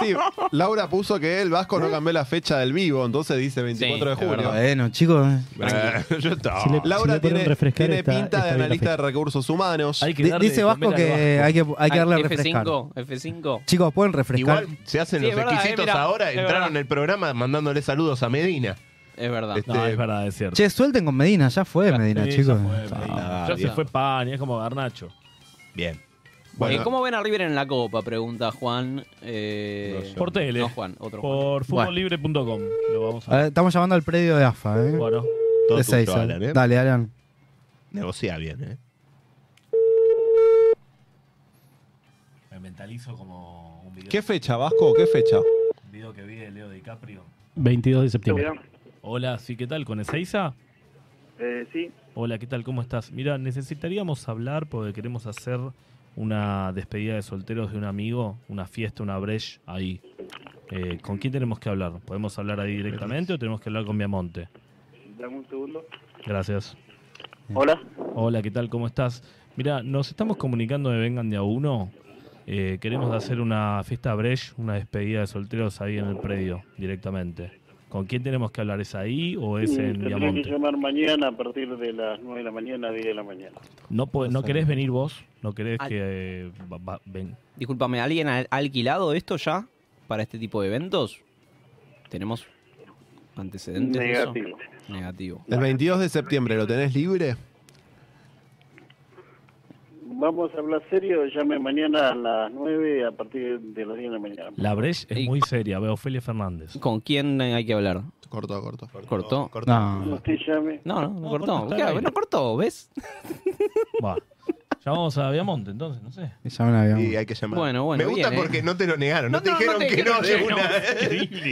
D: Sí, Laura puso que el Vasco no cambió la fecha del vivo, entonces dice 24
B: Sí,
D: de
B: es
D: julio.
C: Bueno, chicos.
A: Eh, yo estaba.
G: Si le-
D: Laura
G: si le pueden
D: tiene,
G: refrescar
D: tiene
G: esta-
D: pinta
G: esta
D: de
G: bien la
D: analista de
G: fecha.
D: recursos humanos.
F: Hay que
C: Di-
F: darle de
C: Dice Vasco
F: comer al
C: que hay, que hay que darle a refrescar.
B: F5, F5.
C: Chicos, pueden refrescar.
A: Igual se hacen
B: Sí,
A: los
B: es verdad, eh,
A: exquisitos
B: mirá,
A: ahora.
B: es
A: Entraron en
B: verdad.
A: el programa mandándole saludos a Medina.
B: Es verdad.
A: Este,
F: No, es verdad, es cierto.
C: Che, suelten con Medina, ya fue Medina,
F: Sí, ya
C: chicos.
F: fue, Medina. Ya se fue Pani, es como Garnacho.
A: Bien.
B: Eh,
A: Bueno,
B: ¿Cómo ven a River en la Copa? Pregunta Juan. Eh,
F: Por tele.
B: No, Juan, otro Juan.
F: Por
C: Bueno.
F: futbollibre.com. Lo vamos
C: Ah, A
F: a
C: ver, estamos llamando al predio de AFA, ¿eh?
F: Bueno.
A: todo
C: de
A: tuyo,
C: Seiza.
A: Alan, ¿eh?
C: Dale, Alan.
A: Negocia bien, ¿eh?
F: Me mentalizo como un video,
D: ¿Qué fecha, Vasco? ¿Qué fecha?
F: un video que vi de Leo DiCaprio.
G: 22 de septiembre.
F: Hola, sí, ¿qué tal? ¿Con Ezeiza?
J: sí,
F: Hola, ¿qué tal? ¿Cómo estás? Mira, necesitaríamos hablar porque queremos hacer una despedida de solteros de un amigo, una fiesta, una breche ahí. Eh, ¿Con quién tenemos que hablar? ¿Podemos hablar ahí directamente o tenemos que hablar con Viamonte?
J: dame un segundo.
F: Gracias.
J: Hola.
F: Hola, ¿qué tal? ¿Cómo estás? Mira, nos estamos comunicando de Vengan de a uno. Eh, queremos hacer una fiesta breche, una despedida de solteros ahí en el predio directamente. ¿Con quién tenemos que hablar? ¿Es ahí o es en
J: Tendría que
F: Viamonte?
J: llamar mañana a partir de las 9 de la mañana, 10 de la mañana.
F: No, po- no querés venir vos, no querés
B: Al-
F: que eh, va- va- ven.
B: Discúlpame, ¿alguien ha ha alquilado esto ya para este tipo de eventos? ¿Tenemos antecedentes? de eso?
J: Negativo.
B: Negativo.
D: El 22 de septiembre, ¿lo tenés libre?
J: Vamos a hablar serio, llame mañana a las 9 a partir de las 10 de la mañana.
F: La breche es
B: Y-
F: muy seria, veo Ofelia Fernández.
B: ¿Con quién hay que hablar?
D: Corto, corto.
B: ¿Cortó?
C: No.
J: Usted llame.
B: No, no, no
F: No,
B: cortó.
F: cortó, está
B: Claro,
F: bien.
B: no cortó, ¿ves?
F: Va. Ya vamos a Viamonte entonces, no sé.
C: Ya me la habíamos.
A: Y hay que llamar.
B: Bueno, bueno,
A: Me gusta
B: bien, ¿eh?
A: porque no te lo negaron. No,
B: No,
A: te
B: no,
A: dijeron
B: no te
A: que no
B: dijeron
A: de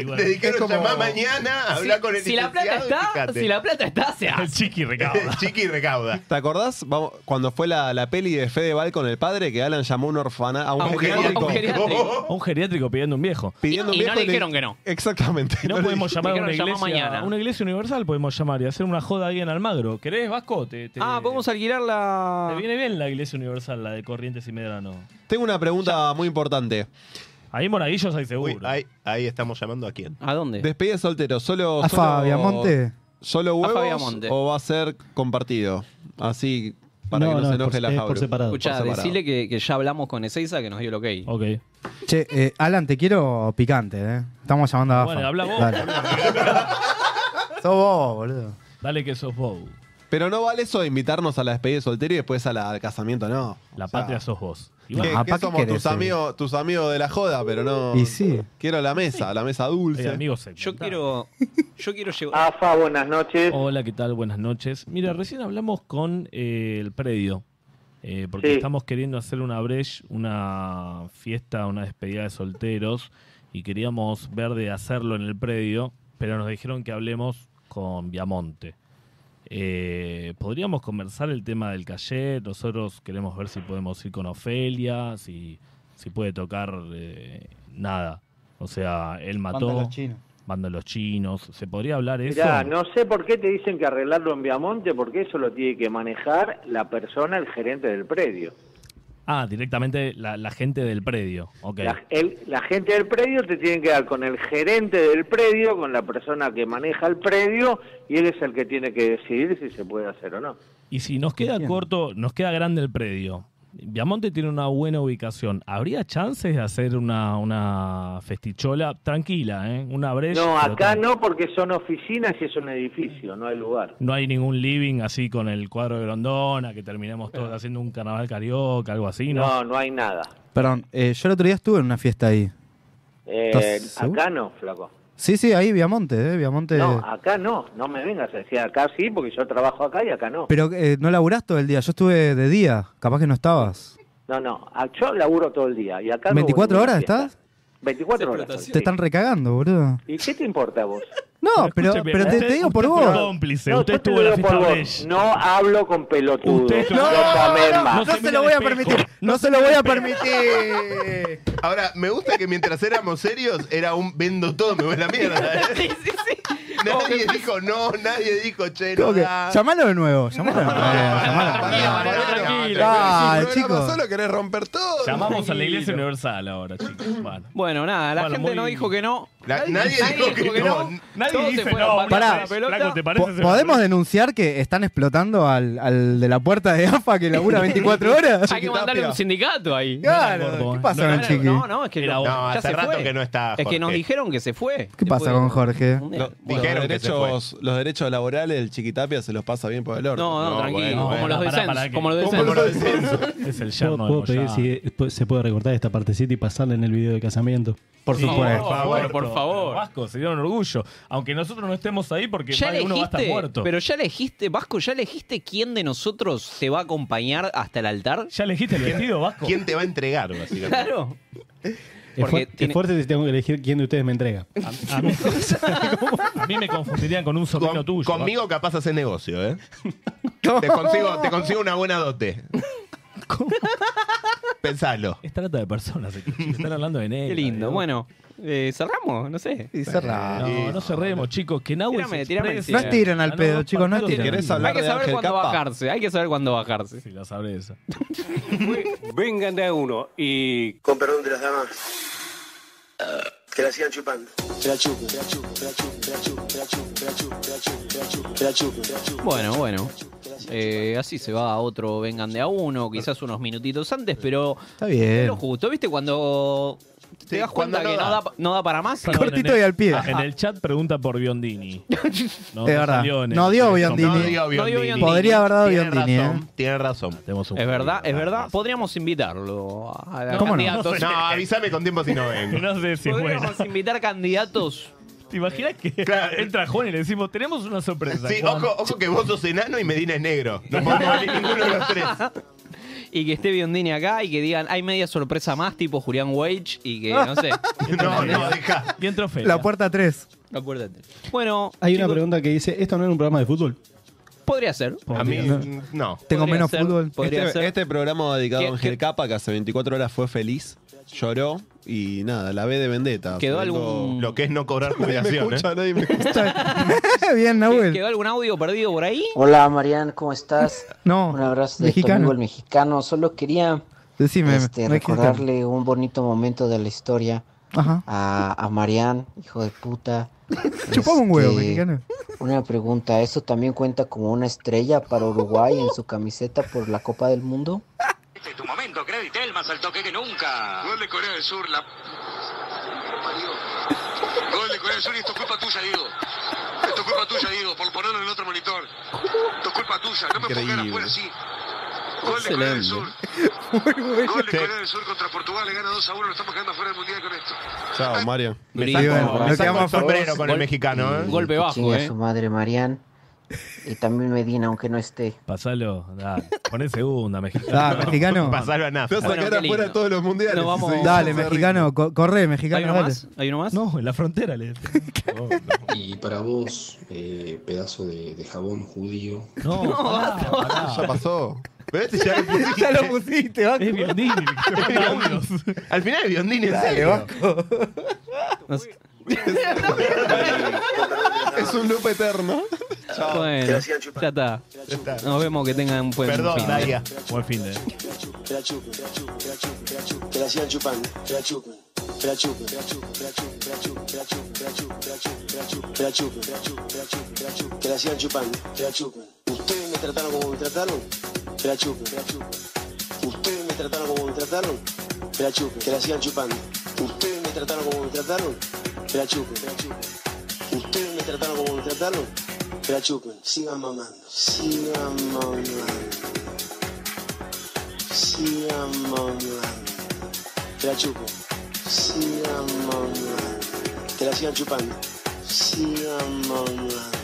B: que no.
A: una. Te dijeron llamá mañana, hablar con el
B: si la plata
A: licenciado y
B: está,
A: fíjate.
B: si la Ah. plata está, se
F: El
B: hace.
F: chiqui recauda.
A: Chiqui recauda.
D: ¿Te acordás vamos, cuando fue la, la peli de Fedeval con el padre que Alan llamó a un orfana, a un,
B: A Ah, un
D: geriátrico,
B: geriátrico.
A: Oh,
F: Un geriátrico pidiendo un viejo.
D: pidiendo
B: Y- y
D: viejo
B: no le
D: y
B: dijeron que no.
D: Exactamente.
F: No,
D: le
F: podemos
D: dijeron.
F: llamar a
B: Dijeron,
F: una
B: llama
F: iglesia,
B: mañana.
F: una iglesia universal, podemos llamar y hacer una joda ahí en Almagro. ¿Querés, Vasco? Te, te-
B: Ah, podemos alquilar
F: Te
B: la.
F: viene bien la iglesia universal, la de Corrientes y Medrano.
D: Tengo una pregunta muy importante.
F: Ahí monaguillos hay
A: Uy,
F: seguro.
A: ahí, ahí estamos llamando a quién.
B: ¿A dónde?
D: Despedida de soltero, solo.
C: ¿A
D: solo-
C: Fabiamonte?
D: ¿Solo
B: A
D: huevos
B: Fabiamonte.
D: o va a ser compartido? Así, para que no, se
G: es por-
D: enoje la
G: es
D: Jauro.
G: por separado.
B: Escuchá,
D: separado.
B: decile que, que ya hablamos con Ezeiza que nos dio el ok.
F: Ok.
C: Che, eh, Alan, te quiero picante, ¿eh? Estamos llamando a AFA.
F: Bueno, habla vos.
C: Sos vos, boludo.
F: Dale que sos vos.
D: Pero no vale eso de invitarnos a la despedida de soltero y después a la- al casamiento, no.
F: La
D: O sea,
F: patria sos vos. Y
D: que-
F: bueno,
C: No, ¿pa'
D: que
C: qué
D: somos
C: querés,
D: tus
C: eh?
D: amigos, tus amigos de la joda, pero no.
C: Y sí.
D: Quiero la mesa, la mesa
F: eh,
D: dulce.
F: amigos se
B: Yo
F: contaron.
B: quiero. Yo quiero llevar.
J: AFA, buenas noches.
F: Hola, ¿qué tal? Buenas noches. Mira, recién hablamos con eh, el predio, eh, porque
J: Sí.
F: estamos queriendo hacer una breche, una fiesta, una despedida de solteros, y queríamos ver de hacerlo en el predio, pero nos dijeron que hablemos con Viamonte. Eh, Podríamos conversar el tema del calle, nosotros queremos ver si podemos ir con Ofelia, si, si puede tocar eh, nada. O sea, él mató, banda de los chinos, ¿se podría hablar eso?
K: Mirá, no sé por qué te dicen que arreglarlo en Viamonte, porque eso lo tiene que manejar la persona, el gerente del predio.
F: Ah, directamente la, la gente del predio. Ok.
K: La, el- la gente del predio te tiene que dar con el gerente del predio, con la persona que maneja el predio, y él es el que tiene que decidir si se puede hacer o no.
F: Y si nos queda
C: Entiendo.
F: corto, nos queda grande el predio. Viamonte tiene una buena ubicación. ¿Habría chances de hacer una, una festichola tranquila, eh? Una brecha.
K: No, acá no, porque son oficinas y es un edificio, no hay lugar.
F: No hay ningún living así con el cuadro de Grondona, que terminemos todos haciendo un carnaval carioca, algo así, ¿no?
K: No, no hay nada.
C: Perdón, eh, yo el otro día estuve en una fiesta ahí.
K: Eh,
C: ¿Estás seguro?
K: acá no, flaco.
C: Sí, sí, ahí Viamonte, ¿eh? Viamonte.
K: No, acá no, no me vengas a decir acá sí, porque yo trabajo acá y acá no.
C: Pero eh, no laburás todo el día, yo estuve de día, capaz que no estabas.
K: No, no, a- yo laburo todo el día. Y acá no
C: ¿24
K: voy a
C: horas
K: fiesta.
C: estás?
K: 24 horas.
B: Explotación.
K: sí.
C: Te están recagando, boludo.
K: ¿Y qué te importa a vos?
C: No, Ah, pero,
F: escúcheme,
C: pero te,
F: usted-
C: te digo por
F: usted
C: vos.
F: fue cómplice, usted
K: yo te
F: estuvo en la
K: lo digo
F: fiesta
K: por vos.
F: de Brecht.
K: No hablo con pelotudos.
F: Usted-
K: Yo
F: No,
K: también
A: no,
K: más.
A: no
C: se lo voy a permitir. No se lo voy a permitir.
A: Ahora, me gusta que mientras éramos serios era un vendo todo, me voy a la mierda. ¿eh? Nadie dijo no, nadie dijo che, no.
C: Como que,
A: da.
C: eh, llamalo de nuevo, llamalo de nuevo. Ah,
A: Tranquilo.
C: chicos.
A: Solo querés romper todo.
F: Llamamos a la Iglesia Universal ahora, chicos. Bueno.
B: Bueno, nada, la
F: Bueno,
B: gente
F: muy-
B: no dijo que no.
A: La- nadie dijo que no.
F: Nadie
B: Todos se
F: dice
B: fueron
F: no,
B: para
F: pará,
B: la pelota.
F: flaco, ¿te parece?
C: Po- ¿Podemos denunciar que están explotando al, al de la puerta de AFA que labura 24 horas?
B: Hay que mandarle un sindicato ahí.
C: Claro, ¿qué pasa con el chiqui?
B: No, no, es que
F: eh. Era
B: no,
F: vos.
A: No,
B: ya
A: hace
B: se
A: rato
B: fue.
A: que no está
B: Es que nos
A: Jorge.
B: dijeron que se fue.
C: ¿Qué pasa con Jorge?
B: No,
A: Dijeron
D: los,
A: que se fue.
D: derechos, los derechos laborales del Chiquitapia se los pasa bien por el orto.
B: no,
A: No,
B: tranquilo.
A: bueno,
B: como,
A: bueno,
B: los
F: pará,
B: descens,
F: pará, que-
B: como los descens.
A: Como lo del censo.
F: Es el
G: ¿Puedo,
F: yerno
G: puedo
F: de
G: pedir
F: Moyano.
G: si eh, se puede recortar esta partecita y pasarla en el video de casamiento?
C: Por
F: Sí,
C: supuesto.
B: por favor, por
F: pero
B: favor.
F: Vasco, sería un orgullo. Aunque nosotros no estemos ahí porque
B: Ya
F: más de uno va a estar
B: elegiste,
F: muerto.
B: pero ya elegiste, Vasco, ya elegiste quién de nosotros te va a acompañar hasta el altar.
F: ¿Ya elegiste el vestido, Vasco?
A: ¿Quién te va a entregar, básicamente?
B: Claro.
G: Es fuerte
B: Porque tiene- Ah,
G: si tengo que elegir quién de ustedes me entrega.
F: A, a mí, a mí me confundirían con un sobrino
A: Con-
F: tuyo.
A: conmigo capaz haces negocio, ¿eh? te, consigo, te consigo una buena dote. Pensalo.
F: Vasco. Es trata de personas. eh, chicos, Están hablando de negro.
B: Qué lindo. Bueno, eh, cerramos, no sé.
C: Y cerrá.
F: No, no cerremos, chicos. Que Nahue
B: Tirame,
F: se
B: tirame
F: exprese. Ah,
B: el tiro.
C: estiren
B: No
C: al
F: Ganó
C: pedo,
F: dos
C: chicos, no
F: partidos
C: estiren.
F: seguidos.
D: ¿Querés hablar
B: Hay que
D: de
B: saber
D: Ángel
B: cuándo
D: Capa?
B: bajarse, hay que saber cuándo bajarse.
F: Sí, la sabré esa.
E: Vengan de a uno y
H: Con perdón de las damas. Que la sigan chupando. Que la chupen, que la chupen, que la chupen, que la chupen, que la chupen, que la chupen, que la chupen, que la chupen, que la chupen, que la chupen.
B: Bueno, bueno. Eh, así se va a otro Vengan de a uno, quizás unos minutitos antes, pero
C: Está bien.
B: es lo justo. ¿Viste cuando te
A: Sí,
B: das
A: cuando
B: cuenta
A: no
B: que no
A: da.
B: da, pa- no da para más?
F: Perdón,
C: Cortito
F: en el-
C: y al pie.
F: Ah, En el chat pregunta por Biondini. No,
C: Es verdad.
F: salió en el-
C: No dio Biondini.
A: No
C: Dini.
A: digo
B: No digo
A: Biondini.
B: Biondini. Podría
C: haber dado
A: Tienen
C: Biondini,
A: razón, Tienen razón.
F: Tenemos un
B: Es verdad, es
F: juego.
B: verdad. Podríamos invitarlo a a
C: ¿Cómo no?
B: candidatos.
A: No, avísame con tiempo si no vengo.
F: No sé si es bueno.
B: Podríamos invitar candidatos.
F: ¿Te imaginas que
A: Claro.
F: entra Juan y le decimos, tenemos una sorpresa?
A: Sí,
F: Juan"?
A: ojo, ojo que vos sos enano y Medina es negro. No podemos venir ninguno de los tres.
B: Y que esté Biondini acá y que digan, hay media sorpresa más, tipo Julián Wage, y que no sé.
A: No, no, deja.
F: Y entró Feria.
C: La puerta 3.
B: Acuérdate. Bueno,
G: Hay una
B: chicos,
G: pregunta que dice, ¿esto no era un programa de fútbol?
B: podría ser.
A: A mí, mm, no.
C: Tengo
B: Podría
C: menos
B: ser,
C: fútbol.
B: Podría
D: este,
B: ser.
D: este programa dedicado a
B: ¿Qué-
D: Ángel
B: qué-
D: Capa, que hace 24 horas fue feliz, lloró y nada, la ve de vendetta.
B: ¿Quedó algún-
A: Lo que es no cobrar
D: Me,
A: jubilación, ¿eh?
D: escucha, nadie me escucha.
C: bien,
B: ¿Qué-
C: Nahuel.
B: ¿Quedó algún audio perdido por ahí?
L: Hola Marian, ¿cómo estás?
C: No,
L: Un abrazo de tu
C: mexicano.
L: amigo el mexicano. Solo quería
C: Decime.
L: este,
C: no hay que estar-
L: recordarle un bonito momento de la historia
C: Ajá.
L: a, a Marian, hijo de puta.
C: Chupame un huevo,
L: Este,
C: mexicano.
L: Una pregunta, ¿eso también cuenta como una estrella para Uruguay en su camiseta por la Copa del Mundo?
E: Este es tu momento, Creditel, más al toque que nunca. Gol de Corea del Sur, la... Gol de Corea del Sur y esto es culpa tuya, Diego. Esto es culpa tuya, Diego, por ponerlo en el otro monitor. Esto es culpa tuya, no me pongan
D: Increíble.
E: afuera así. Gol de Corea del Sur. Gol de Corea del Sur contra Portugal, le gana 2 a 1, lo estamos quedando afuera del mundial con esto.
D: Chao, Mario.
A: Me
B: Brillante.
A: saco,
L: Bueno,
A: me
L: lo
A: saco el
C: quedamos
A: sombrero
L: todos.
A: con el
L: Gol-
A: mexicano, ¿eh?
L: Y
B: golpe
L: que
B: bajo,
L: chingue a
B: eh.
L: su madre Marian. Y también Medina, aunque no esté.
F: Pasalo, dale. Poné segunda, mexicano.
C: Ah, mexicano.
A: Pasalo a NAF.
D: Te vas a
B: Bueno,
D: sacar
B: qué
D: afuera
B: lindo.
D: todos los mundiales.
B: Nos
D: si
B: vamos-
D: seguís
C: Dale,
D: haciendo
C: mexicano. co- Corre,
B: ¿Hay
C: mexicano,
B: uno
C: dale.
B: más? ¿Hay uno más?
F: No, en la frontera le
H: Y para vos, eh, pedazo de, de jabón judío.
F: No, no pará,
D: ritmo. Ya pasó.
A: ¿Ves? Ya le pusiste-
C: Ya lo pusiste, Vasco.
F: Es Biondini. que te manda audios.
A: Al final es Biondini, en
C: Dale,
A: serio.
C: Vasco.
D: Es un loop eterno.
B: Bueno, ya está. Nos vemos, que tengan un buen
A: Perdón,
B: fin.
A: Daria.
F: Buen fin de.
H: Que la chupen, que la chupen, que la chupen, que la chupen, que la sigan chupando. Que la chupen, que la chupen, que la chupen, que la chupen, que la chupen, que la chupen, que la chupen, que la chupen, que la chupen, que la chupen, que la chupen, que la chupen, que la chupen, que la sigan chupando. Que la chupen. Ustedes me trataron como me trataron. Que la chupen, que la chupen. Ustedes me trataron como me trataron. Que la chupen, que la sigan chupando. Ustedes me trataron como me trataron. Que la chupen, que la chupen. Ustedes me trataron como me trataron. Que la chupen. Sigan mamando, sigan mamando. Sigan mamando. Que la chupen. Sigan mamando. Que la sigan chupando. Sigan mamando.